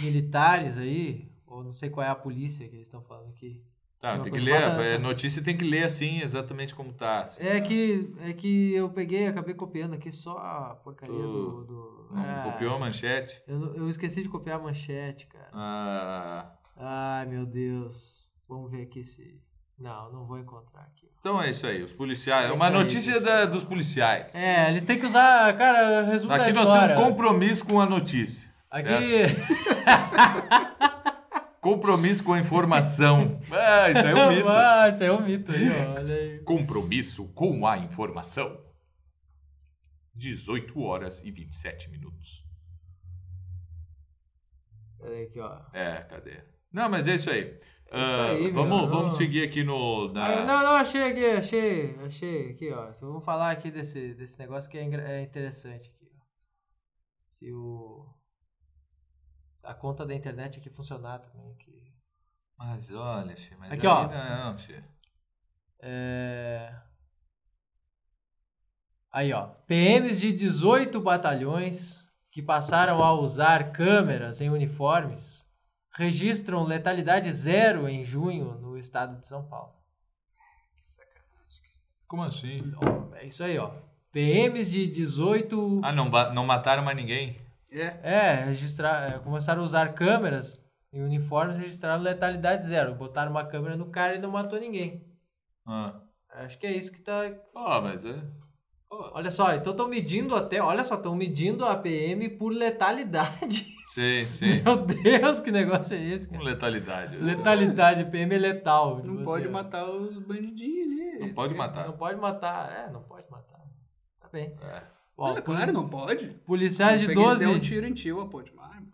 Speaker 2: militares aí, ou não sei qual é a polícia que eles estão falando aqui.
Speaker 4: Tá,
Speaker 2: Uma
Speaker 4: tem que
Speaker 2: coisa
Speaker 4: ler,
Speaker 2: bacana,
Speaker 4: a
Speaker 2: essa.
Speaker 4: notícia tem que ler assim, exatamente como tá. assim,
Speaker 2: É
Speaker 4: tá?
Speaker 2: que, é que eu peguei, acabei copiando aqui só a porcaria
Speaker 4: Tu-
Speaker 2: do. do-
Speaker 4: Hum. Não,
Speaker 2: Ah,
Speaker 4: copiou a manchete.
Speaker 2: Eu, não- eu esqueci de copiar a manchete, cara.
Speaker 4: Ah,
Speaker 2: Ai, meu Deus. Vamos ver aqui se. Não, não vou encontrar aqui.
Speaker 4: então é isso aí, os policiais. É
Speaker 2: É
Speaker 4: uma
Speaker 2: isso aí,
Speaker 4: notícia
Speaker 2: isso.
Speaker 4: da- dos policiais.
Speaker 2: É, eles têm que usar. Cara, resulta da
Speaker 4: Aqui nós
Speaker 2: história. né?
Speaker 4: temos compromisso com a notícia. certo?
Speaker 2: Aqui.
Speaker 4: Compromisso com a
Speaker 2: [laughs]
Speaker 4: informação. Ah, isso aí é um mito.
Speaker 2: Ah, isso aí é um mito aí, ó. Olha aí.
Speaker 4: Compromisso com a informação. 18 horas e 27 minutos.
Speaker 2: Olha aqui, ó.
Speaker 4: É, cadê? Não, mas é isso aí. Ah,
Speaker 2: aí, meu.
Speaker 4: vamos, vamos
Speaker 2: Não.
Speaker 4: seguir aqui no. na-
Speaker 2: Ah, não, não, achei aqui, achei, achei aqui, ó. Então, Vamos falar aqui desse, desse negócio que é, engra- é interessante aqui, ó. Se o. se a conta da internet aqui funcionar também aqui.
Speaker 4: Mas olha, filho, mas
Speaker 2: Aqui,
Speaker 4: aí
Speaker 2: ó.
Speaker 4: não, filho.
Speaker 2: É... Aí, ó. PMs de 18 batalhões que passaram a usar câmeras em uniformes registram letalidade zero em junho no estado de São Paulo.
Speaker 4: Como assim?
Speaker 2: Ó, é isso aí, ó. PMs de 18.
Speaker 4: Ah, não, ba- não mataram mais ninguém?
Speaker 5: É.
Speaker 2: É, registrar, é, começaram a usar câmeras em uniformes e registraram letalidade zero. Botaram uma câmera no cara e não matou ninguém.
Speaker 4: Ah,
Speaker 2: Acho que é isso que tá.
Speaker 4: Ó, mas é.
Speaker 2: Olha só, então estão medindo até. Olha só, estão medindo a PM por letalidade. [laughs]
Speaker 4: Sim, sim.
Speaker 2: Meu Deus, que negócio é esse,
Speaker 4: Com
Speaker 2: cara?
Speaker 4: letalidade.
Speaker 2: Letalidade, PM é letal.
Speaker 5: Não
Speaker 2: Tipo
Speaker 5: pode
Speaker 2: assim, ó.
Speaker 5: matar os bandidinhos ali. É.
Speaker 4: Não pode
Speaker 2: Não
Speaker 4: matar.
Speaker 2: pode matar. É, não pode matar. Tá bem.
Speaker 4: É.
Speaker 2: Ó,
Speaker 5: Ah, claro, não pode.
Speaker 2: policiais
Speaker 5: Se
Speaker 2: de
Speaker 5: alguém der
Speaker 2: 12.
Speaker 5: um tiro em ti, eu aponto uma arma.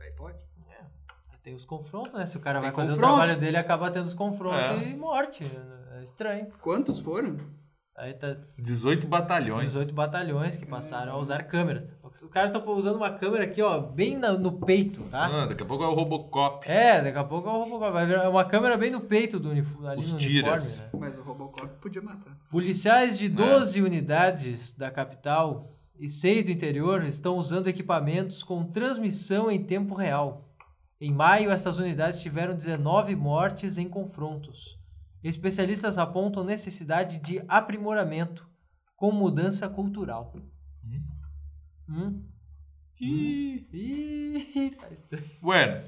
Speaker 5: Aí pode.
Speaker 2: Tem os confrontos, né? Se o cara
Speaker 5: Tem
Speaker 2: vai fazer o
Speaker 5: confronto.
Speaker 2: trabalho dele, acaba tendo os confrontos
Speaker 4: É.
Speaker 2: e morte. né? É estranho.
Speaker 5: Quantos foram?
Speaker 2: Aí tá
Speaker 4: 18 batalhões.
Speaker 2: 18 batalhões que passaram a usar câmeras. Os caras estão usando uma câmera aqui, ó, bem na- no peito, tá?
Speaker 4: Ah, daqui a pouco é o Robocop.
Speaker 2: É, daqui a pouco eu vou- vai virar uma câmera bem no peito do uniforme. Ali
Speaker 4: Os
Speaker 2: no
Speaker 4: tiras.
Speaker 2: Uniforme, né?
Speaker 5: Mas o Robocop podia matar.
Speaker 2: Policiais de 12 unidades da capital e 6 do interior estão usando equipamentos com transmissão em tempo real. Em maio, essas unidades tiveram 19 mortes em confrontos. Especialistas apontam necessidade de aprimoramento com mudança cultural. Hum?
Speaker 4: Ih,
Speaker 2: Ih, tá estranho.
Speaker 4: Bueno,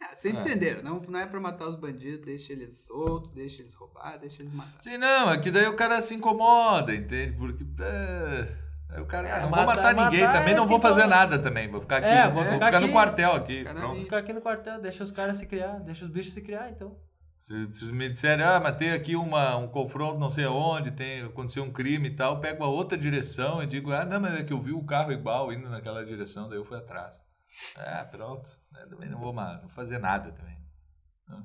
Speaker 5: Ah, vocês entenderam, não, não é pra matar os bandidos, deixa eles soltos, deixa eles roubar, deixa eles matar.
Speaker 4: sim, não, é que daí o cara se incomoda, entende? Porque. É, aí o cara, ah, não vou
Speaker 2: matar-
Speaker 4: matar ninguém
Speaker 2: matar
Speaker 4: também,
Speaker 2: é
Speaker 4: não vou
Speaker 2: se
Speaker 4: fazer
Speaker 2: incomoda.
Speaker 4: nada também. Vou ficar aqui.
Speaker 2: É,
Speaker 4: vou
Speaker 2: vou
Speaker 4: ficar,
Speaker 2: ficar
Speaker 4: no
Speaker 2: aqui.
Speaker 4: quartel aqui.
Speaker 5: Cara,
Speaker 4: Pronto.
Speaker 2: Fica aqui no quartel, deixa os caras se criar, deixa os bichos se criar, então.
Speaker 4: Se, se me disserem, ah, mas tem aqui uma, um confronto não sei onde, tem, aconteceu um crime e tal, eu pego a outra direção e digo, ah, não, mas é que eu vi o carro igual indo naquela direção, daí eu fui atrás. É, pronto. né, Também não vou, ma- não vou fazer nada também. né?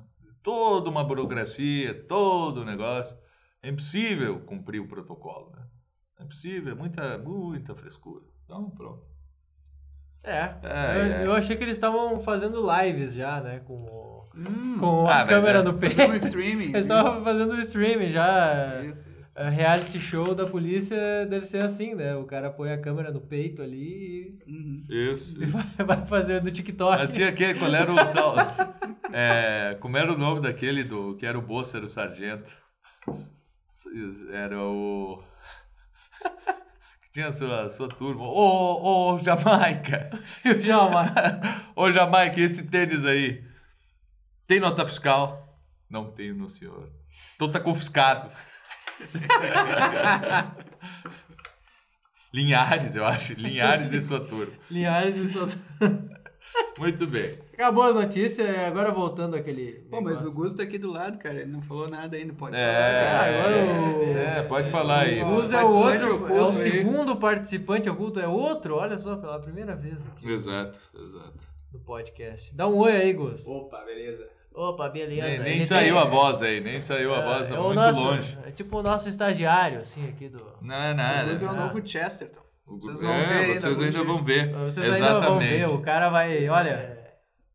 Speaker 4: Toda uma burocracia, todo o negócio. É impossível cumprir o protocolo, né? É impossível, é muita, muita frescura. Então, pronto.
Speaker 2: É.
Speaker 4: É,
Speaker 2: eu,
Speaker 4: é.
Speaker 2: eu achei que eles estavam fazendo lives já, né? Com, o-
Speaker 5: Hum,
Speaker 2: com
Speaker 4: Ah,
Speaker 2: a
Speaker 4: mas
Speaker 2: câmera
Speaker 4: é.
Speaker 2: no peito.
Speaker 5: fazer um streaming.
Speaker 2: [laughs] Eles estavam fazendo streaming já.
Speaker 5: Isso, isso.
Speaker 2: A reality show da polícia deve ser assim, né? O cara põe a câmera no peito ali
Speaker 5: Uhum.
Speaker 4: Isso,
Speaker 2: e [laughs] vai- vai fazer no TikTok.
Speaker 4: Mas tinha aquele, qual era o sal, é, Como era o nome daquele do que era o Bolsa, era o Sargento? Era o. Que tinha a sua, a sua turma. Ô, ô, ô, Jamaica!
Speaker 2: Eu [laughs] já, mas-
Speaker 4: Ô, Jamaica, e esse tênis aí? Tem nota fiscal? Não tenho, não, senhor. Então tá confiscado. [laughs] Linhares, eu acho. Linhares e sua turma.
Speaker 2: Linhares e só...
Speaker 4: Muito bem.
Speaker 2: Acabou as notícias, é, agora voltando àquele.
Speaker 5: Pô, mas
Speaker 2: negócio.
Speaker 5: o Gusto tá aqui do lado, cara, ele não falou nada ainda, pode
Speaker 4: É,
Speaker 5: falar.
Speaker 2: Ah, agora o-
Speaker 4: é, pode falar aí.
Speaker 2: O Gus é o
Speaker 5: participante
Speaker 2: outro,
Speaker 5: oculto
Speaker 2: é o
Speaker 5: aí.
Speaker 2: segundo participante oculto, é outro, olha só, pela primeira vez aqui
Speaker 4: Exato, exato.
Speaker 2: no podcast. Dá um oi aí, Gus.
Speaker 3: Opa, beleza.
Speaker 2: Opa, beleza.
Speaker 4: Nem,
Speaker 2: Ele
Speaker 4: nem saiu
Speaker 2: tem-
Speaker 4: a voz aí, nem saiu a voz,
Speaker 2: é
Speaker 4: tá
Speaker 2: o
Speaker 4: muito
Speaker 2: nosso-
Speaker 4: longe.
Speaker 2: É tipo o nosso estagiário, assim, aqui do.
Speaker 4: Não,
Speaker 5: O Gus é
Speaker 4: nada.
Speaker 5: o novo Chesterton.
Speaker 4: O-
Speaker 5: Vocês vão
Speaker 4: é,
Speaker 5: ver ainda
Speaker 4: vocês
Speaker 5: algum
Speaker 4: ainda
Speaker 5: dia.
Speaker 4: vão ver.
Speaker 2: né, Vocês ainda vão
Speaker 4: Exatamente.
Speaker 2: ver, o cara vai. Olha,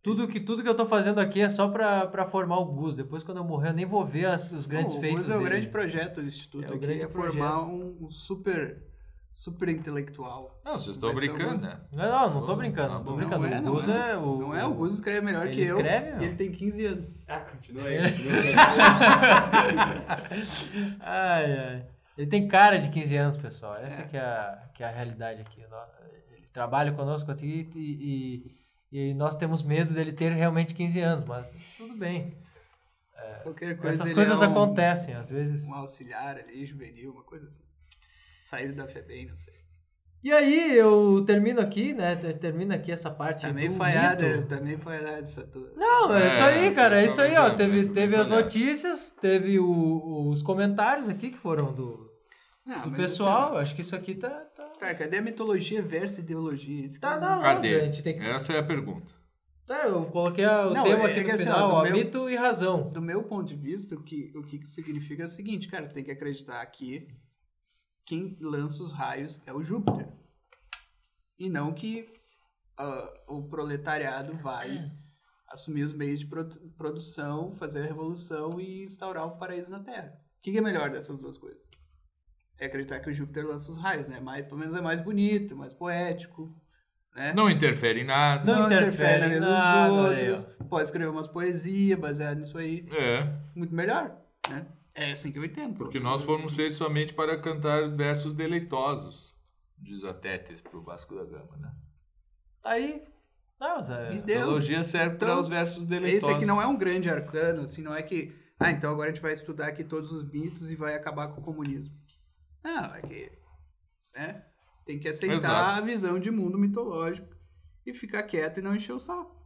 Speaker 2: tudo que, tudo que eu tô fazendo aqui é só pra, pra formar o Gus. Depois, quando eu morrer, eu nem vou ver as- os grandes
Speaker 5: Não, o
Speaker 2: feitos.
Speaker 5: Gus é o
Speaker 2: dele.
Speaker 5: grande projeto do Instituto
Speaker 2: É o
Speaker 5: aqui,
Speaker 2: grande
Speaker 5: é formar
Speaker 2: projeto.
Speaker 5: um, um super, super intelectual.
Speaker 4: Não, vocês estão
Speaker 5: Vai ser o
Speaker 4: brincando,
Speaker 5: Gus.
Speaker 4: né?
Speaker 2: Não, não, não tô brincando. Não, tô
Speaker 4: Não,
Speaker 2: brincando.
Speaker 5: é,
Speaker 2: o
Speaker 5: não
Speaker 2: Gus é,
Speaker 5: é.
Speaker 2: o.
Speaker 5: Não é, o Gus escreve melhor
Speaker 2: Ele
Speaker 5: que eu,
Speaker 2: escreve, meu.
Speaker 5: e ele tem 15 anos.
Speaker 3: Ah, continua
Speaker 4: É.
Speaker 2: aí, Ai, ai. Ele tem cara de 15 anos, pessoal. Essa que é a, que é a realidade aqui. Nó- Ele trabalha conosco aqui e, e, e nós temos medo dele ter realmente 15 anos, mas tudo bem.
Speaker 5: Qualquer coisa
Speaker 2: Essas
Speaker 5: ele
Speaker 2: coisas
Speaker 5: é um-
Speaker 2: acontecem, às vezes.
Speaker 5: um auxiliar ali, juvenil, uma coisa assim. Saído da FEBEM, não sei.
Speaker 2: E aí, eu termino aqui, né? Ter- Termino aqui essa parte.
Speaker 5: Tá meio
Speaker 2: do
Speaker 5: falhada,
Speaker 2: mito.
Speaker 5: tá meio falhada essa tua.
Speaker 2: Não, é,
Speaker 4: É,
Speaker 2: isso aí,
Speaker 4: você
Speaker 2: cara. É
Speaker 4: tá
Speaker 2: isso aí, ó.
Speaker 4: brincando,
Speaker 2: Teve,
Speaker 4: tá
Speaker 2: teve as
Speaker 4: brincando.
Speaker 2: notícias, teve o- os comentários aqui que foram do,
Speaker 5: Ah,
Speaker 2: do
Speaker 5: mas
Speaker 2: pessoal. Acho que isso aqui tá. tá...
Speaker 5: assim, tá, cadê a mitologia versus ideologia? Esse
Speaker 2: Tá
Speaker 5: cara-
Speaker 2: da hora,
Speaker 4: Cadê?
Speaker 2: gente. Tem que
Speaker 4: Essa é a pergunta.
Speaker 2: Tá, eu coloquei a- o
Speaker 5: Não,
Speaker 2: tema
Speaker 5: é-
Speaker 2: aqui
Speaker 5: é
Speaker 2: no
Speaker 5: que assim, ó,
Speaker 2: final,
Speaker 5: do
Speaker 2: ó,
Speaker 5: meu-
Speaker 2: mito e razão.
Speaker 5: Do meu ponto de vista, o que, o que que significa é o seguinte, cara, tem que acreditar que quem lança os raios é o Júpiter. E não que ah, o proletariado
Speaker 2: É.
Speaker 5: vai assumir os meios de produ- produção, fazer a revolução e instaurar o paraíso na Terra. O que, que é melhor dessas duas coisas? É acreditar que o Júpiter lança os raios, né? Mas, pelo menos é mais bonito, mais poético, né?
Speaker 4: Não interfere em nada.
Speaker 2: Não interfere em nada, olha aí,
Speaker 5: Pode escrever umas poesias baseadas nisso aí
Speaker 4: É,
Speaker 5: muito melhor, né? É assim que eu entendo. pô.
Speaker 4: porque nós fomos feitos somente para cantar versos deleitosos, diz a Tétis pro Vasco da Gama, né?
Speaker 2: Tá aí. Não, é- Zé.
Speaker 5: E
Speaker 4: A
Speaker 5: deu.
Speaker 4: teologia serve para
Speaker 5: Então,
Speaker 4: os versos
Speaker 5: Esse
Speaker 4: deleitosos.
Speaker 5: aqui não é um grande arcano, assim, não é que Ah, então agora a gente vai estudar aqui todos os mitos e vai acabar com o comunismo. Não, é que. Né? Tem que aceitar
Speaker 4: Exato.
Speaker 5: a visão de mundo mitológico e ficar quieto e não encher o saco.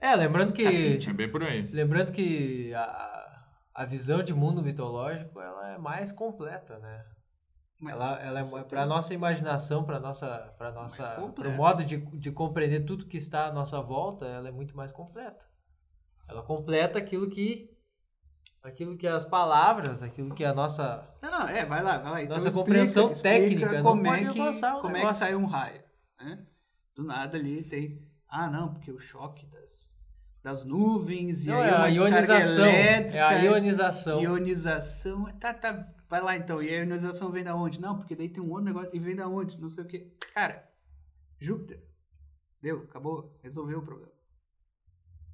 Speaker 2: É, lembrando que.
Speaker 4: É bem por aí.
Speaker 2: Lembrando que a, a visão de mundo mitológico ela é mais completa, né?
Speaker 5: Mas
Speaker 2: ela, ela
Speaker 5: você
Speaker 2: é
Speaker 5: tem-
Speaker 2: para nossa imaginação, para nossa, para nossa,
Speaker 5: completa.
Speaker 2: pro modo de, de compreender tudo que está à nossa volta, ela é muito mais completa. Ela completa aquilo que aquilo que as palavras, aquilo que a nossa
Speaker 5: Não, não, é, vai lá, vai lá. Então
Speaker 2: Nossa
Speaker 5: explica-
Speaker 2: compreensão
Speaker 5: explica
Speaker 2: técnica, não
Speaker 5: como
Speaker 2: pode
Speaker 5: é que,
Speaker 2: avançar o
Speaker 5: como é que
Speaker 2: negócio.
Speaker 5: sai um raio, né? Do nada ali tem, ah, não, porque o choque das, das nuvens e
Speaker 2: não
Speaker 5: aí
Speaker 2: é
Speaker 5: uma
Speaker 2: a
Speaker 5: descarga
Speaker 2: ionização,
Speaker 5: elétrica,
Speaker 2: é a ionização.
Speaker 5: ionização, tá, tá, vai lá então. E a ionização vem da onde? Não, porque daí tem um outro negócio e vem da onde? Não sei o quê. Cara, Júpiter. Deu, acabou, resolveu o problema.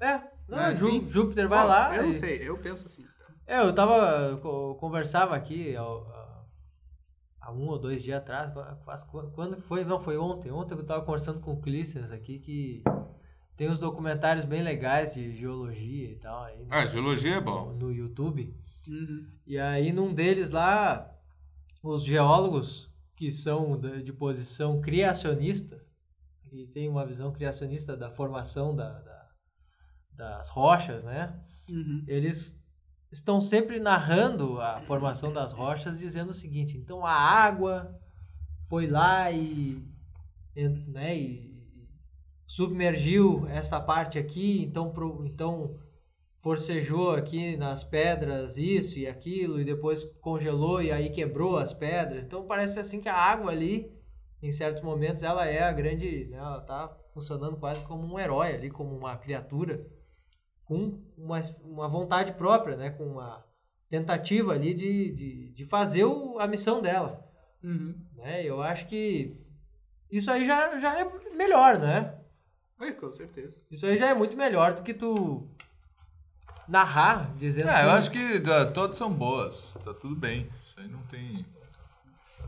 Speaker 2: É, não,
Speaker 5: Não é
Speaker 2: Jú-
Speaker 5: assim?
Speaker 2: Júpiter vai
Speaker 5: Ó,
Speaker 2: lá.
Speaker 5: Eu não
Speaker 2: e-
Speaker 5: sei, eu penso assim. Então.
Speaker 2: É, eu tava. Eu conversava aqui ao- a- há um ou dois dias atrás. quase- Quando que foi? Não, foi ontem. Ontem eu tava conversando com o Clístenes aqui que tem uns documentários bem legais de geologia e tal aí
Speaker 4: Ah, geologia é
Speaker 2: no,
Speaker 4: bom.
Speaker 2: no YouTube.
Speaker 5: Uhum.
Speaker 2: E aí num deles lá, os geólogos que são da- de posição criacionista, que tem uma visão criacionista da formação da- da- das rochas, né?
Speaker 5: Uhum.
Speaker 2: eles estão sempre narrando a formação das rochas, dizendo o seguinte: então a água foi lá e, en- né, e submergiu essa parte aqui, então, pro- então forcejou aqui nas pedras isso e aquilo, e depois congelou e aí quebrou as pedras. Então parece assim que a água ali, em certos momentos, ela é a grande. né, ela está funcionando quase como um herói ali, como uma criatura com uma, uma vontade própria, né? Com uma tentativa ali de, de, de fazer o- a missão dela,
Speaker 5: Uhum.
Speaker 2: né? Eu acho que isso aí já, já é melhor, né?
Speaker 5: É, com certeza.
Speaker 2: Isso aí já é muito melhor do que tu narrar dizendo
Speaker 4: Ah, eu acho que ah, todas são boas. Tá tudo bem. Isso aí não tem.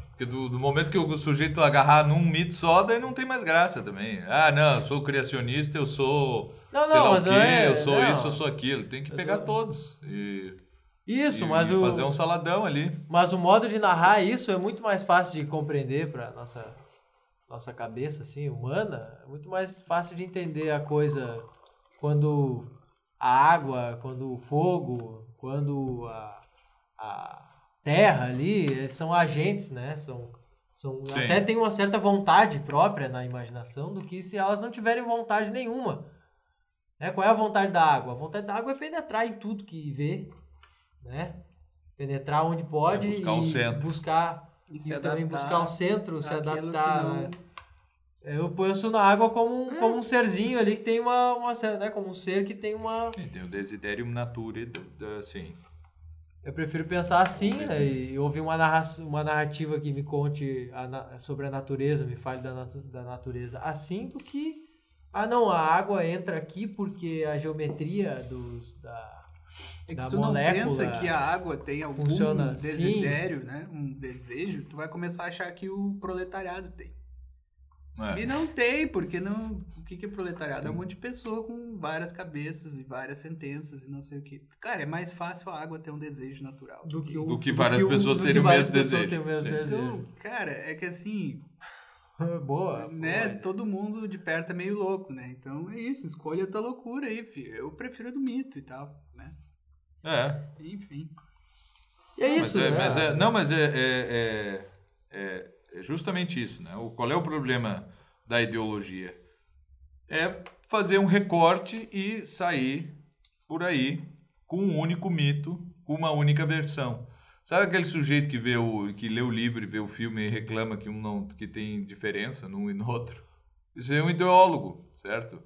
Speaker 4: Porque do, do momento que o sujeito agarrar num mito só, daí não tem mais graça também. Ah, não, eu sou criacionista, eu sou
Speaker 2: Não,
Speaker 4: sei
Speaker 2: não,
Speaker 4: lá o
Speaker 2: mas
Speaker 4: quê,
Speaker 2: não é-
Speaker 4: eu sou
Speaker 2: não.
Speaker 4: isso, eu sou aquilo. Tem que
Speaker 2: Eu
Speaker 4: pegar
Speaker 2: sou-
Speaker 4: todos e,
Speaker 2: Isso,
Speaker 4: e-
Speaker 2: mas
Speaker 4: e
Speaker 2: o
Speaker 4: fazer um saladão ali.
Speaker 2: mas o modo de narrar isso é muito mais fácil de compreender para nossa nossa cabeça assim humana, é muito mais fácil de entender a coisa quando a água, quando o fogo, quando a, a terra ali eh, são agentes, né? São, são
Speaker 4: Sim.
Speaker 2: até tem uma certa vontade própria na imaginação do que se elas não tiverem vontade nenhuma. Né? Qual é a vontade da água? A vontade da água é penetrar em tudo que vê, né? Penetrar onde pode
Speaker 4: É buscar o
Speaker 2: e
Speaker 4: centro.
Speaker 2: buscar
Speaker 5: E
Speaker 2: e também buscar um o centro, se
Speaker 5: àquilo que
Speaker 2: adaptar.
Speaker 5: não-
Speaker 2: né? Eu penso na água como, um- como um serzinho ali que tem uma, uma cer- né? como um ser que tem uma.
Speaker 4: Sim, tem o desiderium nature, assim.
Speaker 2: Eu prefiro pensar assim,
Speaker 4: Vamos ver
Speaker 2: né? E ouvir uma, narra uma narrativa que me conte a na- sobre a natureza, me fale da, natu da natureza assim, do que. Ah, não, a água entra aqui porque a geometria dos. Da...
Speaker 5: É que
Speaker 2: da
Speaker 5: se tu não
Speaker 2: molécula
Speaker 5: pensa que a água tem algum
Speaker 2: funciona assim.
Speaker 5: desidério, né? Um desejo, tu vai começar a achar que o proletariado tem.
Speaker 4: É.
Speaker 5: E não tem, porque não. O que, que é proletariado? É um monte de pessoa com várias cabeças e várias sentenças e não sei o que. Cara, é mais fácil a água ter um desejo natural.
Speaker 2: Do que,
Speaker 4: Do que várias pessoas terem o
Speaker 2: várias
Speaker 4: mesmo
Speaker 2: pessoas
Speaker 4: desejo.
Speaker 2: terem o mesmo
Speaker 4: Sim.
Speaker 5: Então,
Speaker 2: desejo. Ah,
Speaker 5: cara, é que assim,
Speaker 2: [laughs] Boa.
Speaker 5: né?
Speaker 2: boa.
Speaker 5: Todo mundo de perto é meio louco, né? Então é isso, escolha a tua loucura aí, filho. Eu prefiro a do mito e tal, né?
Speaker 4: é.
Speaker 5: Enfim.
Speaker 2: E é
Speaker 4: Não,
Speaker 2: isso,
Speaker 4: mas é,
Speaker 2: né?
Speaker 4: mas é- não, mas é, é- é- é- é justamente isso, né? O, qual é o problema da ideologia? É fazer um recorte e sair por aí com um único mito, com uma única versão. Sabe aquele sujeito que vê o que lê o livro e vê o filme e reclama que um não que tem diferença num e no outro? Isso é um ideólogo, certo?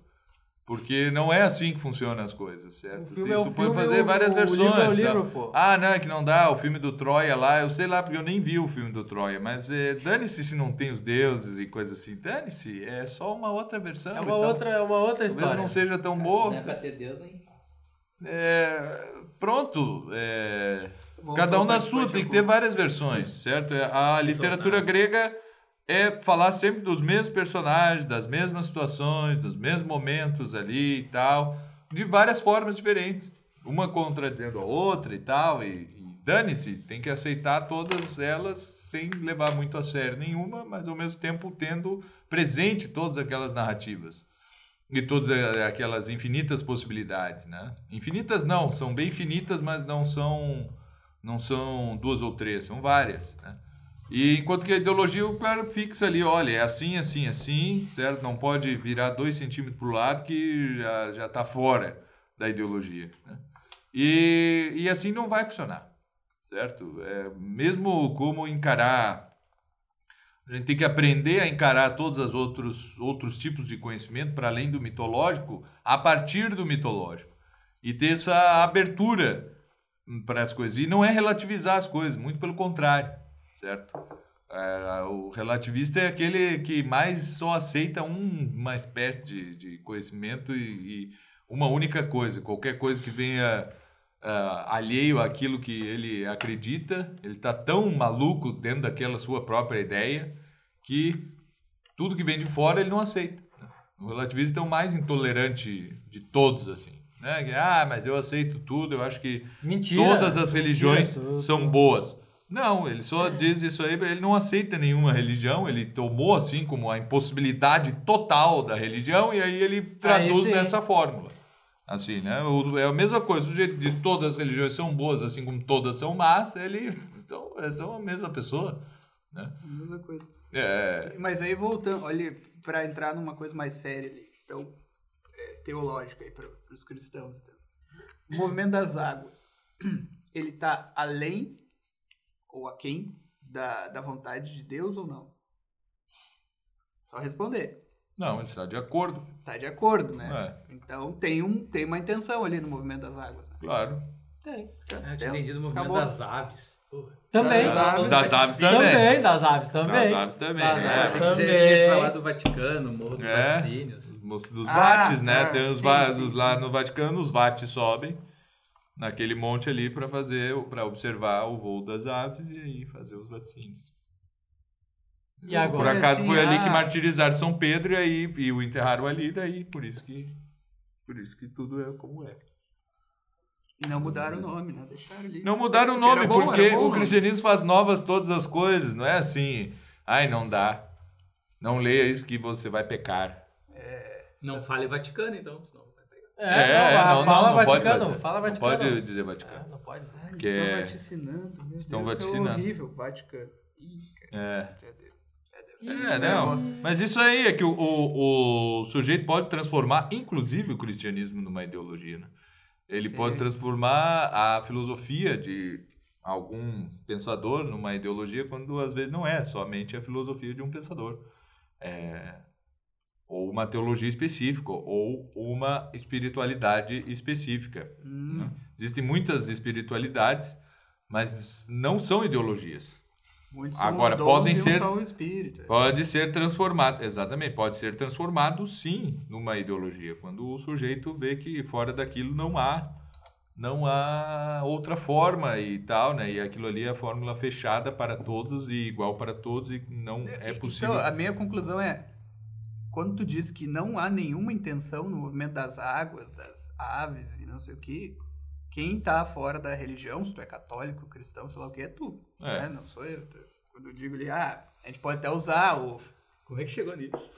Speaker 4: Porque não é assim que funcionam as coisas, certo?
Speaker 2: O filme
Speaker 4: tu
Speaker 2: é o
Speaker 4: tu
Speaker 2: filme,
Speaker 4: pode fazer
Speaker 2: o-
Speaker 4: várias
Speaker 2: o
Speaker 4: versões.
Speaker 2: livro é o
Speaker 4: tal.
Speaker 2: livro, pô.
Speaker 4: Ah, não, é que não dá. O filme do Troia lá, eu sei lá, porque eu nem vi o filme do Troia. Mas eh, dane-se se não tem os deuses e coisa assim. Dane-se, é só uma outra versão.
Speaker 2: É
Speaker 4: e
Speaker 2: uma
Speaker 4: tal.
Speaker 2: outra, é uma outra
Speaker 4: Talvez
Speaker 2: história. assim, né?
Speaker 4: não seja tão
Speaker 3: Não é
Speaker 4: boa.
Speaker 3: pra ter Deus nem faz.
Speaker 4: É, pronto. é,
Speaker 5: Voltou
Speaker 4: cada um na
Speaker 5: pra-
Speaker 4: sua,
Speaker 5: pra-
Speaker 4: tem que ter várias versões, certo? É, A literatura grega é falar sempre dos mesmos personagens, das mesmas situações, dos mesmos momentos ali e tal, de várias formas diferentes. uma contradizendo a outra e tal, e, e dane-se, tem que aceitar todas elas sem levar muito a sério nenhuma, mas ao mesmo tempo tendo presente todas aquelas narrativas e todas a- aquelas infinitas possibilidades, né? Infinitas não, são bem finitas, mas não são não são duas ou três, são várias, né? E enquanto que a ideologia, o cara fixa ali, olha, é assim, assim, assim, certo? Não pode virar dois centímetros para o lado que já, já tá fora da ideologia, né? E, e assim não vai funcionar, certo? É, mesmo como encarar a gente tem que aprender a encarar todos os outros, outros tipos de conhecimento, para além do mitológico, a partir do mitológico. E ter essa abertura para as coisas. E não é relativizar as coisas, muito pelo contrário, certo? É, o relativista é aquele que mais só aceita um- uma espécie de, de conhecimento e, e uma única coisa. Qualquer coisa que venha ah, alheio àquilo que ele acredita, ele está tão maluco dentro daquela sua própria ideia que tudo que vem de fora ele não aceita. O relativista é o mais intolerante de todos, assim. Né? Que, Ah, mas eu aceito tudo, eu acho que
Speaker 2: Mentira.
Speaker 4: todas as religiões
Speaker 2: Mentira, tu-
Speaker 4: são
Speaker 2: tu-
Speaker 4: boas. Não, ele só
Speaker 2: É.
Speaker 4: diz isso aí, ele não aceita nenhuma religião, ele tomou assim como a impossibilidade total da religião e aí ele traduz
Speaker 2: sim.
Speaker 4: nessa fórmula. Assim, né? O- É a mesma coisa, o sujeito diz todas as religiões são boas, assim como todas são más, ele [laughs] então, é só a mesma pessoa.
Speaker 5: Mesma coisa.
Speaker 4: É,
Speaker 5: Mas aí voltando, olha, pra entrar numa coisa mais séria ali, então, é, teológica aí para os cristãos. Então. O movimento das águas, [clears throat] ele tá além ou aquém da, da vontade de Deus ou não? Só responder.
Speaker 4: não, ele está de acordo,
Speaker 5: Tá de acordo, né?
Speaker 4: é,
Speaker 5: Então tem, um, tem uma intenção ali no movimento das águas. Né?
Speaker 4: claro. É,
Speaker 2: Tem.
Speaker 3: Ah, Eu tinha
Speaker 5: Então,
Speaker 3: entendido o movimento
Speaker 5: acabou.
Speaker 3: das aves. Porra.
Speaker 2: Também.
Speaker 5: Das aves.
Speaker 4: Das aves também.
Speaker 2: é Também, das aves também.
Speaker 4: Das aves também,
Speaker 2: Das
Speaker 4: né?
Speaker 3: Eu
Speaker 2: aves
Speaker 3: Ah, achei que já
Speaker 2: também.
Speaker 3: tinha falar do Vaticano, Morro dos
Speaker 4: É.
Speaker 3: Vaticínios.
Speaker 4: Dos- dos
Speaker 5: Ah,
Speaker 4: vates, né?
Speaker 5: ah,
Speaker 4: Tem os
Speaker 5: sim,
Speaker 4: va-
Speaker 5: sim,
Speaker 4: os- lá no Vaticano, os vates sobem naquele monte ali para fazer, para observar o voo das aves e aí fazer os vaticínios.
Speaker 2: E
Speaker 4: Por
Speaker 2: agora?
Speaker 5: Olha
Speaker 4: acaso
Speaker 5: assim,
Speaker 4: foi ali
Speaker 5: ah.
Speaker 4: que martirizaram São Pedro e aí e o enterraram ali, daí por isso que por isso que tudo é como é.
Speaker 5: E não mudaram o nome, né? Deixaram ali.
Speaker 4: Não mudaram o
Speaker 5: Porque era
Speaker 4: nome,
Speaker 5: bom, era
Speaker 4: porque
Speaker 5: bom né?
Speaker 4: o
Speaker 5: nome.
Speaker 4: cristianismo faz novas todas as coisas, não é assim. Ai, não dá. Não leia isso que você vai pecar.
Speaker 3: Não fale Vaticano, então, senão vai pegar.
Speaker 2: É,
Speaker 5: ah,
Speaker 2: não, fala Vaticano.
Speaker 4: dizer.
Speaker 2: fala
Speaker 4: Não
Speaker 2: Vaticano.
Speaker 4: pode dizer Vaticano.
Speaker 2: É, não pode.
Speaker 5: Ah, eles
Speaker 4: Que
Speaker 5: estão
Speaker 4: é-
Speaker 5: vaticinando. Meu
Speaker 4: estão
Speaker 5: Deus, isso
Speaker 4: vaticinando.
Speaker 5: é horrível. Vaticano. Ih, cara,
Speaker 4: É.
Speaker 5: já deu. Já deu.
Speaker 4: É, não. Mas isso aí é que o, o, o sujeito pode transformar, inclusive, o cristianismo numa ideologia. Né? Ele
Speaker 5: Sim.
Speaker 4: pode transformar a filosofia de algum pensador numa ideologia, quando às vezes não é somente a filosofia de um pensador. É, ou uma teologia específica, ou uma espiritualidade específica. né?
Speaker 5: Hum.
Speaker 4: Existem muitas espiritualidades, mas não são ideologias.
Speaker 5: Muitos
Speaker 4: Agora,
Speaker 5: são os
Speaker 4: podem
Speaker 5: dons e um
Speaker 4: ser-
Speaker 5: só o espírito.
Speaker 4: Pode ser transformado, exatamente, pode ser transformado sim numa ideologia, quando o sujeito vê que fora daquilo não há não há outra forma e tal, né? E aquilo ali é a fórmula fechada para todos e igual para todos e não é possível.
Speaker 5: Então, a minha conclusão é, quando tu diz que não há nenhuma intenção no movimento das águas, das aves e não sei o que, quem tá fora da religião, se tu é católico, cristão, sei lá o que, é tu.
Speaker 4: É.
Speaker 5: né? Não sou eu. Tu- Quando eu digo ali, ah, a gente pode até usar o...
Speaker 3: Como é que chegou nisso?
Speaker 5: [laughs]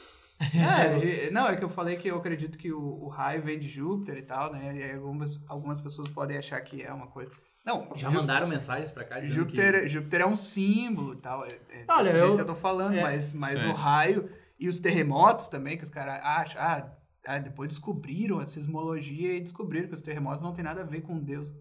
Speaker 5: É, ge- não, é que eu falei que eu acredito que o, o raio vem de Júpiter e tal, né? E aí algumas, algumas pessoas podem achar que é uma coisa... Não,
Speaker 3: Já
Speaker 5: Jú-
Speaker 3: mandaram mensagens pra cá dizendo
Speaker 5: Júpiter, Júpiter é um símbolo e tal. É, é
Speaker 2: Olha,
Speaker 5: desse jeito
Speaker 2: eu-
Speaker 5: que eu tô falando,
Speaker 2: é.
Speaker 5: mas, mas
Speaker 4: Sim.
Speaker 5: o raio e os terremotos também, que os caras acham. Ah, ah, depois descobriram a sismologia e descobriram que os terremotos não tem nada a ver com Deus.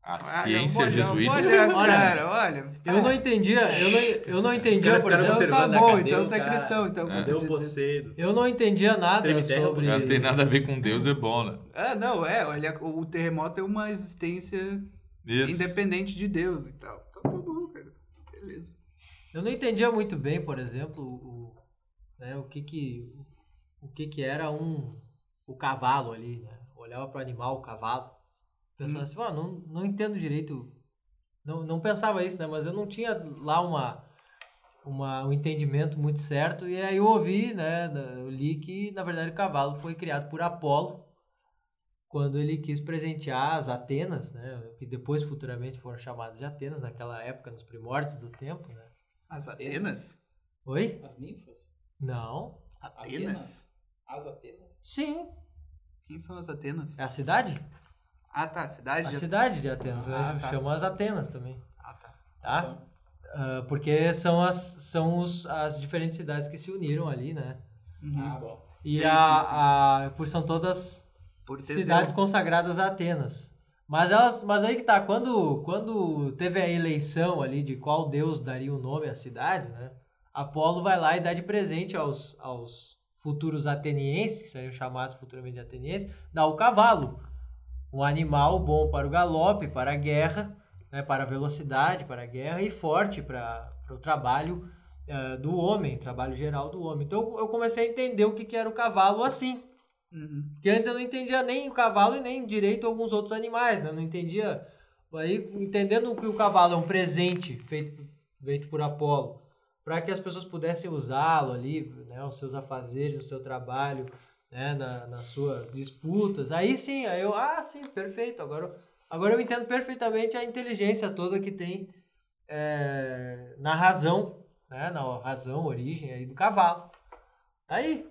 Speaker 4: A
Speaker 5: Ah,
Speaker 4: ciência
Speaker 5: não,
Speaker 4: jesuíta.
Speaker 5: Olha,
Speaker 2: Olha,
Speaker 5: cara, olha.
Speaker 2: Eu não entendi, eu não, eu não entendia,
Speaker 3: caras
Speaker 2: por exemplo,
Speaker 3: ficaram
Speaker 5: Então tá
Speaker 3: observando a
Speaker 5: bom,
Speaker 3: cadeia,
Speaker 5: então
Speaker 3: o
Speaker 5: tu é
Speaker 3: cara-
Speaker 5: cristão, então.
Speaker 4: É.
Speaker 5: quando tu
Speaker 3: Deu
Speaker 5: diz isso.
Speaker 3: pocedo.
Speaker 2: eu não entendia nada
Speaker 3: Treme terra,
Speaker 2: sobre...
Speaker 4: Não tem nada a ver com Deus, é bom, né?
Speaker 5: Ah, não, é, olha, o terremoto é uma existência
Speaker 4: Isso.
Speaker 5: independente de Deus e tal. Então tá bom, cara. Beleza.
Speaker 2: Eu não entendia muito bem, por exemplo, o, né, o que que o que que era um o cavalo ali, né? Olhava para o animal, o cavalo, pensava assim, "Ah, não, não entendo direito, não, não pensava isso, né? Mas eu não tinha lá uma uma um entendimento muito certo e aí eu ouvi, né? da- Eu li que na verdade o cavalo foi criado por Apolo quando ele quis presentear as Atenas, né? Que depois futuramente foram chamadas de Atenas, naquela época, nos primórdios do tempo, né?
Speaker 5: As Atenas?
Speaker 2: Oi?
Speaker 6: As ninfas?
Speaker 2: Não.
Speaker 5: Atenas?
Speaker 6: As Atenas?
Speaker 2: Sim.
Speaker 5: Quem são as Atenas?
Speaker 2: É a cidade?
Speaker 5: Ah, tá. A cidade?
Speaker 2: A
Speaker 5: de-
Speaker 2: cidade de Atenas.
Speaker 5: Ah,
Speaker 2: eles
Speaker 5: tá.
Speaker 2: chamam as Atenas também.
Speaker 5: Ah, tá.
Speaker 2: tá?
Speaker 3: Então,
Speaker 2: Ah, porque são as são os, as diferentes cidades que se uniram ali, né?
Speaker 5: Uhum.
Speaker 3: tá
Speaker 6: Ah, bom.
Speaker 2: E
Speaker 5: Sim,
Speaker 2: a,
Speaker 5: sim, sim.
Speaker 2: a por são todas
Speaker 5: Por Teseu.
Speaker 2: cidades consagradas a Atenas. Mas elas, mas aí que tá, quando quando teve a eleição ali de qual deus daria o nome às cidades, né? Apolo vai lá e dá de presente aos aos futuros atenienses, que seriam chamados futuramente de atenienses, dá o cavalo, um animal bom para o galope, para a guerra, né, para a velocidade, para a guerra e forte para para o trabalho eh, do homem, trabalho geral do homem. Então eu comecei a entender o que, que era o cavalo assim.
Speaker 5: Uhum.
Speaker 2: Porque antes eu não entendia nem o cavalo e nem direito alguns outros animais, né? Eu Não entendia. Aí, entendendo que o cavalo é um presente feito, feito por Apolo, para que as pessoas pudessem usá-lo ali, né? Os seus afazeres, no seu trabalho, né? Na- nas suas disputas. Aí sim, aí eu, ah, sim, perfeito. Agora, eu- agora eu entendo perfeitamente a inteligência toda que tem é, na razão, né? Na razão, origem aí do cavalo. Tá aí,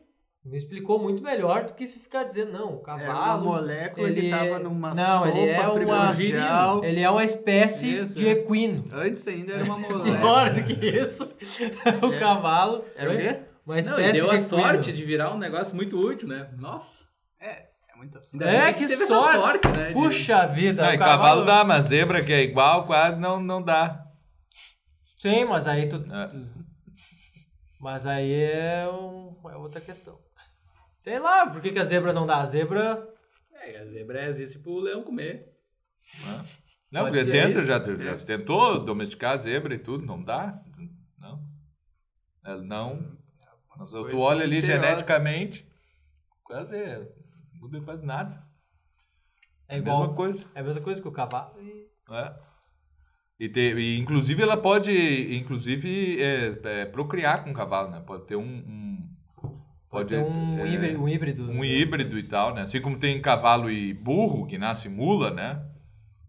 Speaker 2: me explicou muito melhor do que se ficar dizendo, não, o
Speaker 5: Era uma
Speaker 2: cavalo.
Speaker 5: molécula
Speaker 2: ele
Speaker 5: que
Speaker 2: é-
Speaker 5: tava numa
Speaker 2: não,
Speaker 5: sopa
Speaker 2: ele é uma-
Speaker 5: primordial.
Speaker 2: Ele é uma espécie
Speaker 5: Isso,
Speaker 2: de
Speaker 5: é.
Speaker 2: equino.
Speaker 5: Antes
Speaker 2: [laughs]
Speaker 5: ainda era uma molécula.
Speaker 2: Pior do que isso, [laughs] o
Speaker 5: É.
Speaker 2: cavalo. né?
Speaker 5: Era o quê?
Speaker 2: Uma
Speaker 3: Não, e
Speaker 2: espécie
Speaker 3: deu
Speaker 2: de
Speaker 3: a
Speaker 2: equino.
Speaker 3: sorte de virar um negócio muito útil, né? Nossa.
Speaker 5: É muita sopa.
Speaker 3: Ainda
Speaker 2: É,
Speaker 3: bem
Speaker 2: que
Speaker 3: teve essa
Speaker 2: sorte.
Speaker 3: sorte, né? de-
Speaker 2: Puxa vida,
Speaker 4: Não,
Speaker 2: o
Speaker 4: e cavalo dá, mas zebra que é igual quase não, não dá.
Speaker 2: Sim, mas aí tu.
Speaker 4: É.
Speaker 2: tu- Mas aí é, um- é outra questão. Sei lá, por que, que a zebra não dá? A zebra.
Speaker 3: É, a zebra é existe pro leão comer.
Speaker 4: Não,
Speaker 3: Pode
Speaker 4: porque
Speaker 3: ser
Speaker 4: tenta,
Speaker 3: isso,
Speaker 4: já,
Speaker 2: É.
Speaker 4: já se tentou domesticar a zebra e tudo, não dá. Não. Ela não. Mas tu
Speaker 5: coisas
Speaker 4: olha ali
Speaker 5: misteriosas.
Speaker 4: geneticamente, quase é, muda quase nada.
Speaker 2: É
Speaker 4: a
Speaker 2: igual.
Speaker 4: mesma coisa.
Speaker 2: É a mesma coisa que o cavalo.
Speaker 4: É. E, te- e, inclusive ela pode inclusive é, é, procriar com o cavalo, né? Pode ter um, um-
Speaker 2: Pode ter um,
Speaker 4: é,
Speaker 2: híbrido, um híbrido.
Speaker 4: um híbrido e tal, né? Assim como tem cavalo e burro que nasce mula, né?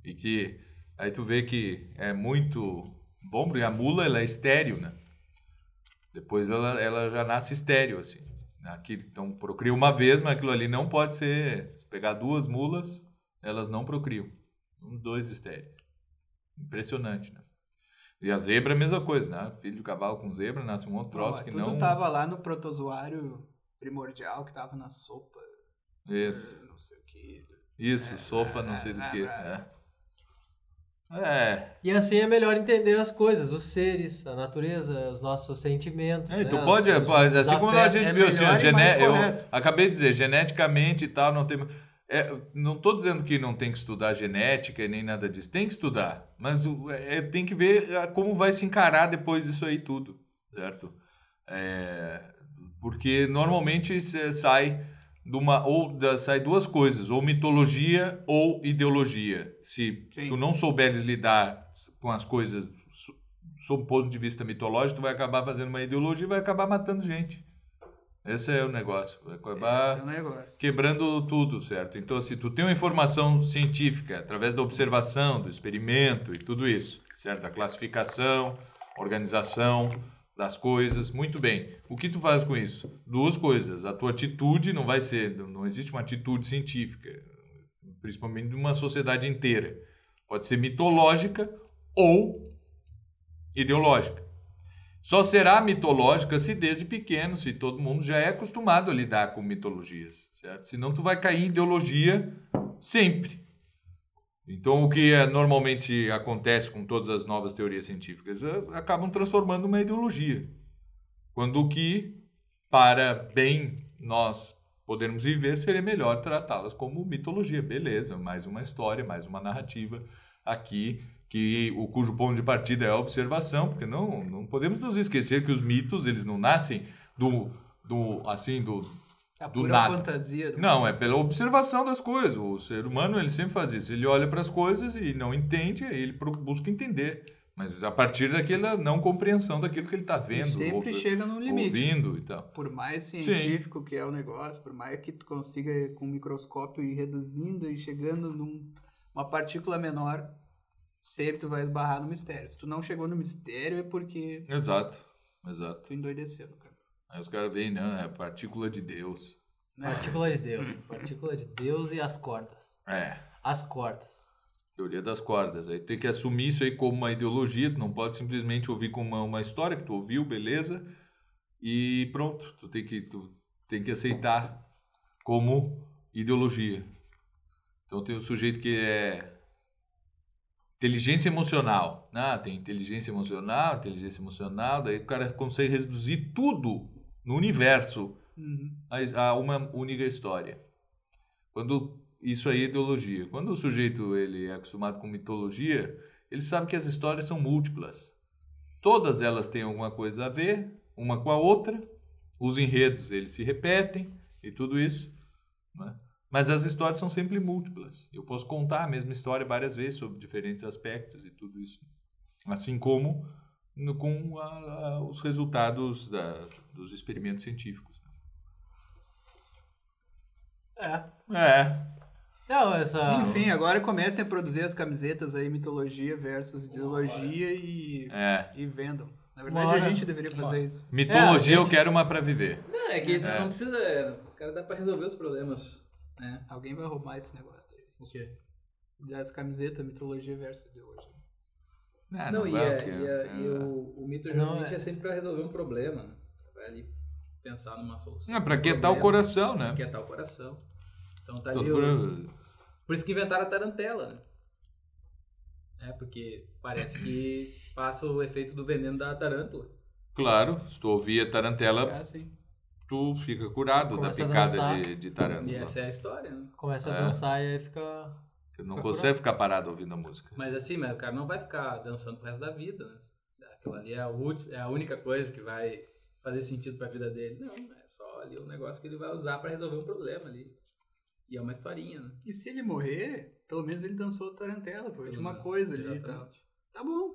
Speaker 4: E que aí tu vê que é muito bom porque a mula ela é estéril, né? Depois ela, ela já nasce estéril assim. Aqui, então procria uma vez, mas aquilo ali não pode ser. Se pegar duas mulas, elas não procriam. Um, dois estéreis. Impressionante, né? E a zebra é a mesma coisa, né? Filho de cavalo com zebra nasce um outro troço
Speaker 5: Ó,
Speaker 4: que
Speaker 5: é tudo
Speaker 4: não.
Speaker 5: tava lá no protozoário primordial que tava na sopa,
Speaker 4: Isso.
Speaker 5: não sei o que.
Speaker 4: Isso, sopa, não sei do que. É. É.
Speaker 2: E assim é melhor entender as coisas, os seres, a natureza, os nossos sentimentos.
Speaker 4: É,
Speaker 2: né?
Speaker 4: tu
Speaker 2: Os-
Speaker 4: pode,
Speaker 2: os- os
Speaker 4: assim como a
Speaker 2: afetos.
Speaker 4: gente
Speaker 5: é
Speaker 4: viu, assim,
Speaker 5: melhor e
Speaker 4: gene-
Speaker 5: mais
Speaker 4: eu
Speaker 5: correto.
Speaker 4: acabei de dizer, geneticamente e tal, não tem. é, não tô dizendo que não tem que estudar genética e nem nada disso. Tem que estudar. Mas o- é, tem que ver ah, como vai se encarar depois disso aí tudo, certo? É, porque normalmente cê sai de uma ou da- sai duas coisas, ou mitologia ou ideologia. Se
Speaker 5: Sim.
Speaker 4: tu não souberes lidar com as coisas so- sob o ponto de vista mitológico, tu vai acabar fazendo uma ideologia e vai acabar matando gente. Esse é o negócio. Vai acabar
Speaker 5: Esse é o negócio.
Speaker 4: quebrando tudo, certo? Então, assim, tu tem uma informação científica através da observação, do experimento e tudo isso, certo? A classificação, organização das coisas, muito bem. O que tu faz com isso? Duas coisas. A tua atitude não vai ser, não existe uma atitude científica, principalmente de uma sociedade inteira. Pode ser mitológica ou ideológica. Só será mitológica se desde pequeno, se todo mundo já é acostumado a lidar com mitologias, certo? Senão tu vai cair em ideologia sempre. Então o que é, normalmente acontece com todas as novas teorias científicas, a- acabam transformando uma ideologia. Quando o que para bem nós podermos viver, seria melhor tratá-las como mitologia, beleza? Mais uma história, mais uma narrativa aqui que o cujo ponto de partida é a observação, porque não, não podemos nos esquecer que os mitos eles não nascem do, do assim do
Speaker 5: A
Speaker 4: do
Speaker 5: pura
Speaker 4: nada.
Speaker 5: fantasia. do- assim.
Speaker 4: não é pela observação das coisas. O ser humano ele sempre faz isso. Ele olha para as coisas e não entende, aí ele pro- busca entender. Mas a partir daquela não compreensão daquilo que ele está vendo,
Speaker 5: sempre
Speaker 4: ouvi-
Speaker 5: chega no limite.
Speaker 4: ouvindo e tal.
Speaker 5: Por mais científico que é o negócio, por mais que tu consiga com um microscópio ir reduzindo e chegando numa partícula menor, sempre tu vai esbarrar no mistério. Se tu não chegou no mistério é porque
Speaker 4: Exato, exato.
Speaker 5: tu endoideceu, cara.
Speaker 4: Aí os caras veem, não, é a partícula de Deus.
Speaker 5: Né?
Speaker 2: Partícula de Deus. Partícula de Deus e as cordas.
Speaker 4: É,
Speaker 2: As cordas.
Speaker 4: teoria das cordas. Aí tu tem que assumir isso aí como uma ideologia, tu não pode simplesmente ouvir como uma, uma história que tu ouviu, beleza, e pronto, tu tem que, tu tem que aceitar como ideologia. Então tem o sujeito que é inteligência emocional. Ah, tem inteligência emocional, inteligência emocional, daí o cara consegue reduzir tudo no universo
Speaker 5: Uhum.
Speaker 4: a, a uma única história. Quando isso aí é ideologia. Quando o sujeito ele é acostumado com mitologia, ele sabe que as histórias são múltiplas. Todas elas têm alguma coisa a ver uma com a outra. Os enredos eles se repetem e tudo isso, né? Mas as histórias são sempre múltiplas. Eu posso contar a mesma história várias vezes sobre diferentes aspectos e tudo isso. Assim como no- com a- a- os resultados da- dos experimentos científicos. né?
Speaker 2: É.
Speaker 4: É,
Speaker 2: Ah, Não, essa.
Speaker 5: Enfim, agora comecem a produzir as camisetas aí, mitologia versus ideologia e,
Speaker 4: é.
Speaker 5: e vendam. Na verdade,
Speaker 2: Uma hora.
Speaker 5: a gente deveria fazer isso.
Speaker 4: Mitologia eu quero uma pra viver.
Speaker 3: Não, é que não precisa. O cara dá pra resolver os problemas. Né?
Speaker 5: Alguém vai roubar esse negócio daí.
Speaker 3: O quê?
Speaker 5: Das camisetas, mitologia versus ideologia.
Speaker 4: Ah,
Speaker 3: não, e,
Speaker 4: vai,
Speaker 3: a-
Speaker 4: porque-
Speaker 3: e a- e
Speaker 4: é.
Speaker 3: o, o mito
Speaker 2: Não,
Speaker 3: geralmente
Speaker 2: é.
Speaker 3: é. sempre pra resolver um problema. Né? Você vai ali pensar numa solução.
Speaker 4: Não, é pra
Speaker 3: Um
Speaker 4: quietar o
Speaker 3: problema,
Speaker 4: coração, né?
Speaker 3: Aquietar o coração. Então tá ali.
Speaker 4: Todo
Speaker 3: o-
Speaker 4: pro-
Speaker 3: Por isso que inventaram a tarantela, né? É, porque parece que passa o efeito do veneno da tarântula.
Speaker 4: Claro, se tu ouvir a tarantela,
Speaker 5: Ah, sim.
Speaker 4: tu fica curado
Speaker 2: Começa a
Speaker 4: da picada
Speaker 2: dançar.
Speaker 4: de, de
Speaker 3: E
Speaker 4: tarântula.
Speaker 3: essa é a história, né?
Speaker 2: Começa a
Speaker 4: É.
Speaker 2: dançar e aí fica.
Speaker 4: Tu não consegue ficar parado ouvindo a música.
Speaker 3: Mas assim, mas o cara não vai ficar dançando pro resto da vida, né? Aquilo ali é a, ulti- é a única coisa que vai fazer sentido pra vida dele. Não, é só ali um negócio que ele vai usar pra resolver um problema ali. E é uma historinha, né?
Speaker 5: E se ele morrer, pelo menos ele dançou tarantela, foi a última
Speaker 3: Pelo-
Speaker 5: coisa ali e tal.
Speaker 3: Exatamente.
Speaker 5: Tá bom.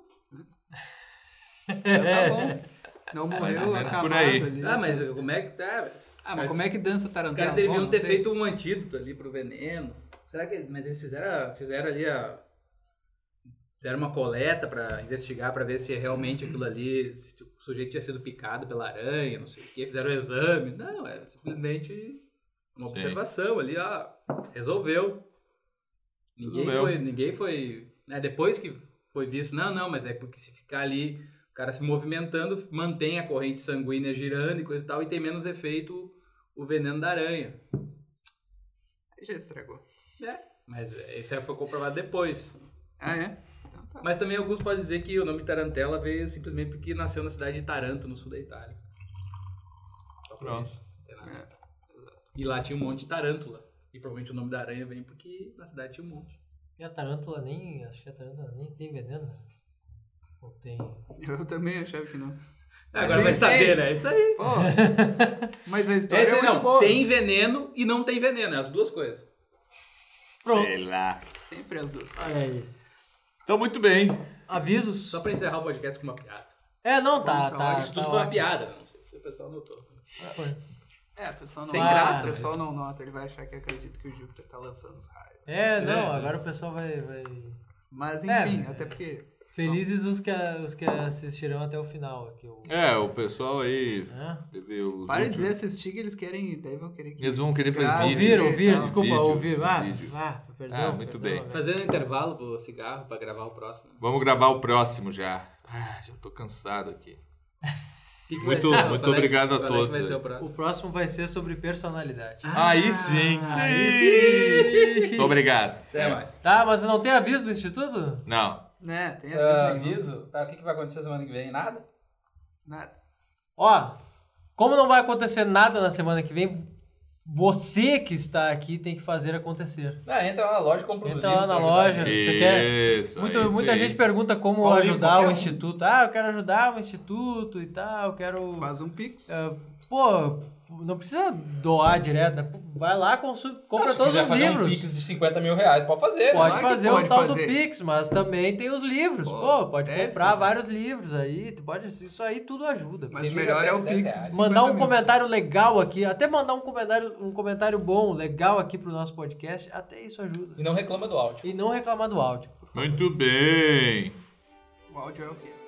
Speaker 5: Já tá bom. Não
Speaker 4: mais ou
Speaker 5: morreu
Speaker 4: menos
Speaker 5: acabado
Speaker 4: por aí.
Speaker 5: ali.
Speaker 3: Ah, mas como é que tá? velho?
Speaker 5: Ah, mas como é que dança
Speaker 3: Os caras
Speaker 5: tarantela? Bom,
Speaker 3: deveriam
Speaker 5: não
Speaker 3: ter
Speaker 5: sei.
Speaker 3: feito um antídoto ali pro veneno. Será que. Mas eles fizeram, fizeram ali a. Fizeram uma coleta pra investigar, pra ver se realmente aquilo ali. Se tipo, o sujeito tinha sido picado pela aranha, não sei o quê. Fizeram o exame. Não, é simplesmente uma observação ali, ó. Resolveu. Ninguém
Speaker 4: Resolveu.
Speaker 3: foi. Ninguém foi. Né, depois que foi visto, não, não, mas é porque se ficar ali. O cara se movimentando, mantém a corrente sanguínea girando e coisa e tal, e tem menos efeito o veneno da aranha.
Speaker 5: Já estragou.
Speaker 3: Mas isso aí foi comprovado depois.
Speaker 5: Ah, é? Então tá.
Speaker 3: Mas também alguns podem dizer que o nome Tarantella veio simplesmente porque nasceu na cidade de Taranto, no sul da Itália. Só por
Speaker 4: Pronto.
Speaker 3: isso. não tem nada.
Speaker 5: É.
Speaker 3: E lá tinha um monte de tarântula. E provavelmente o nome da aranha vem porque na cidade tinha um monte.
Speaker 2: E a tarântula nem. Acho que a tarântula nem tem veneno, né? Ou tem.
Speaker 5: Eu também achava que não.
Speaker 3: É, Agora
Speaker 5: Mas
Speaker 3: vai
Speaker 5: isso
Speaker 3: saber, né? É Isso aí.
Speaker 5: Pô, mas a história
Speaker 3: Esse
Speaker 5: é
Speaker 3: aí
Speaker 5: muito
Speaker 3: não.
Speaker 5: boa.
Speaker 3: Tem veneno e não tem veneno. É as duas coisas.
Speaker 2: Pronto.
Speaker 4: Sei lá.
Speaker 5: Sempre as duas.
Speaker 2: Olha aí.
Speaker 4: Então, muito bem.
Speaker 2: Avisos.
Speaker 3: Só pra encerrar o podcast com uma piada.
Speaker 2: É, não, tá.
Speaker 5: Então,
Speaker 2: tá
Speaker 5: isso
Speaker 3: Isso
Speaker 2: tá
Speaker 3: tudo foi uma
Speaker 2: ótimo.
Speaker 3: piada. né? Não sei se o pessoal notou.
Speaker 2: Foi.
Speaker 5: É, o pessoal não
Speaker 3: Sem né?
Speaker 5: nota,
Speaker 2: graça,
Speaker 5: O pessoal não nota, ele vai achar que acredita que o Júpiter tá lançando os raios.
Speaker 2: É, não,
Speaker 3: É.
Speaker 2: agora o pessoal vai. vai...
Speaker 5: Mas
Speaker 2: É,
Speaker 5: enfim,
Speaker 2: mas-
Speaker 5: até porque.
Speaker 2: Felizes os que, os que assistirão até o final aqui. O...
Speaker 4: É, o pessoal aí
Speaker 2: Hã?
Speaker 4: teve os
Speaker 5: Para de
Speaker 4: últimos-
Speaker 5: dizer assistir que eles querem. Daí vão querer que.
Speaker 4: Eles vão querer fazer
Speaker 5: Grave.
Speaker 2: Ouvir,
Speaker 4: vídeo.
Speaker 2: ouvir,
Speaker 5: Não,
Speaker 2: desculpa,
Speaker 4: vídeo,
Speaker 2: ouvir. Ah,
Speaker 4: vídeo.
Speaker 2: ah, perdão.
Speaker 4: Ah, muito
Speaker 2: perdão,
Speaker 4: bem.
Speaker 2: velho.
Speaker 3: Fazendo um intervalo pro cigarro pra gravar o próximo.
Speaker 4: Vamos gravar o próximo já. Ah, já tô cansado aqui.
Speaker 3: Que que
Speaker 4: Muito-
Speaker 3: vai
Speaker 4: muito
Speaker 3: ser? Qual é que-
Speaker 4: obrigado a
Speaker 3: qual é que
Speaker 4: todos
Speaker 3: vai ser
Speaker 4: aí.
Speaker 3: o próximo?
Speaker 2: O próximo vai ser sobre personalidade.
Speaker 4: aí sim. Muito obrigado. É.
Speaker 3: Até mais.
Speaker 2: Tá, mas não tem aviso do instituto?
Speaker 4: Não.
Speaker 5: Né, tem
Speaker 3: Ah,
Speaker 5: aviso nenhum.
Speaker 3: aviso? Tá, o que, que vai acontecer semana que vem? Nada?
Speaker 5: Nada.
Speaker 2: Ó, como não vai acontecer nada na semana que vem, você que está aqui tem que fazer acontecer.
Speaker 3: Ah, entra lá na loja e compra os
Speaker 2: Entra
Speaker 3: livros
Speaker 2: lá na
Speaker 3: pra
Speaker 2: loja.
Speaker 3: ajudar.
Speaker 2: Você quer-
Speaker 4: Então é Isso,
Speaker 2: Muito-
Speaker 4: aí
Speaker 2: muita
Speaker 4: sim.
Speaker 2: gente pergunta como
Speaker 3: Qual livro,
Speaker 2: ajudar o
Speaker 3: qualquer um.
Speaker 2: instituto. Ah, eu quero ajudar o instituto e tal, eu quero.
Speaker 5: Faz um pix.
Speaker 2: ah, pô, não precisa doar direto, né? Vai lá, consu- compra
Speaker 6: Se
Speaker 2: todos
Speaker 6: quiser
Speaker 2: os
Speaker 6: fazer
Speaker 2: livros.
Speaker 6: um Pix de 50 mil reais, pode fazer. né?
Speaker 2: Pode
Speaker 5: que
Speaker 2: fazer
Speaker 5: pode
Speaker 2: o tal do
Speaker 5: fazer.
Speaker 2: Pix, mas também tem os livros.
Speaker 5: Pô, é
Speaker 2: Pô, pode
Speaker 5: deve
Speaker 2: comprar
Speaker 5: fazer.
Speaker 2: vários livros aí. tu Pode, isso aí tudo ajuda.
Speaker 5: Mas o
Speaker 6: Tem
Speaker 5: melhor é o
Speaker 6: 10
Speaker 5: Pix.
Speaker 6: reais.
Speaker 5: de
Speaker 2: mandar
Speaker 5: 50
Speaker 2: um
Speaker 5: mil.
Speaker 2: comentário legal aqui, até mandar um comentário, um comentário bom, legal aqui pro nosso podcast, até isso ajuda.
Speaker 6: E não reclama do áudio.
Speaker 2: E não reclamar do áudio.
Speaker 4: Muito bem.
Speaker 5: O áudio é o quê?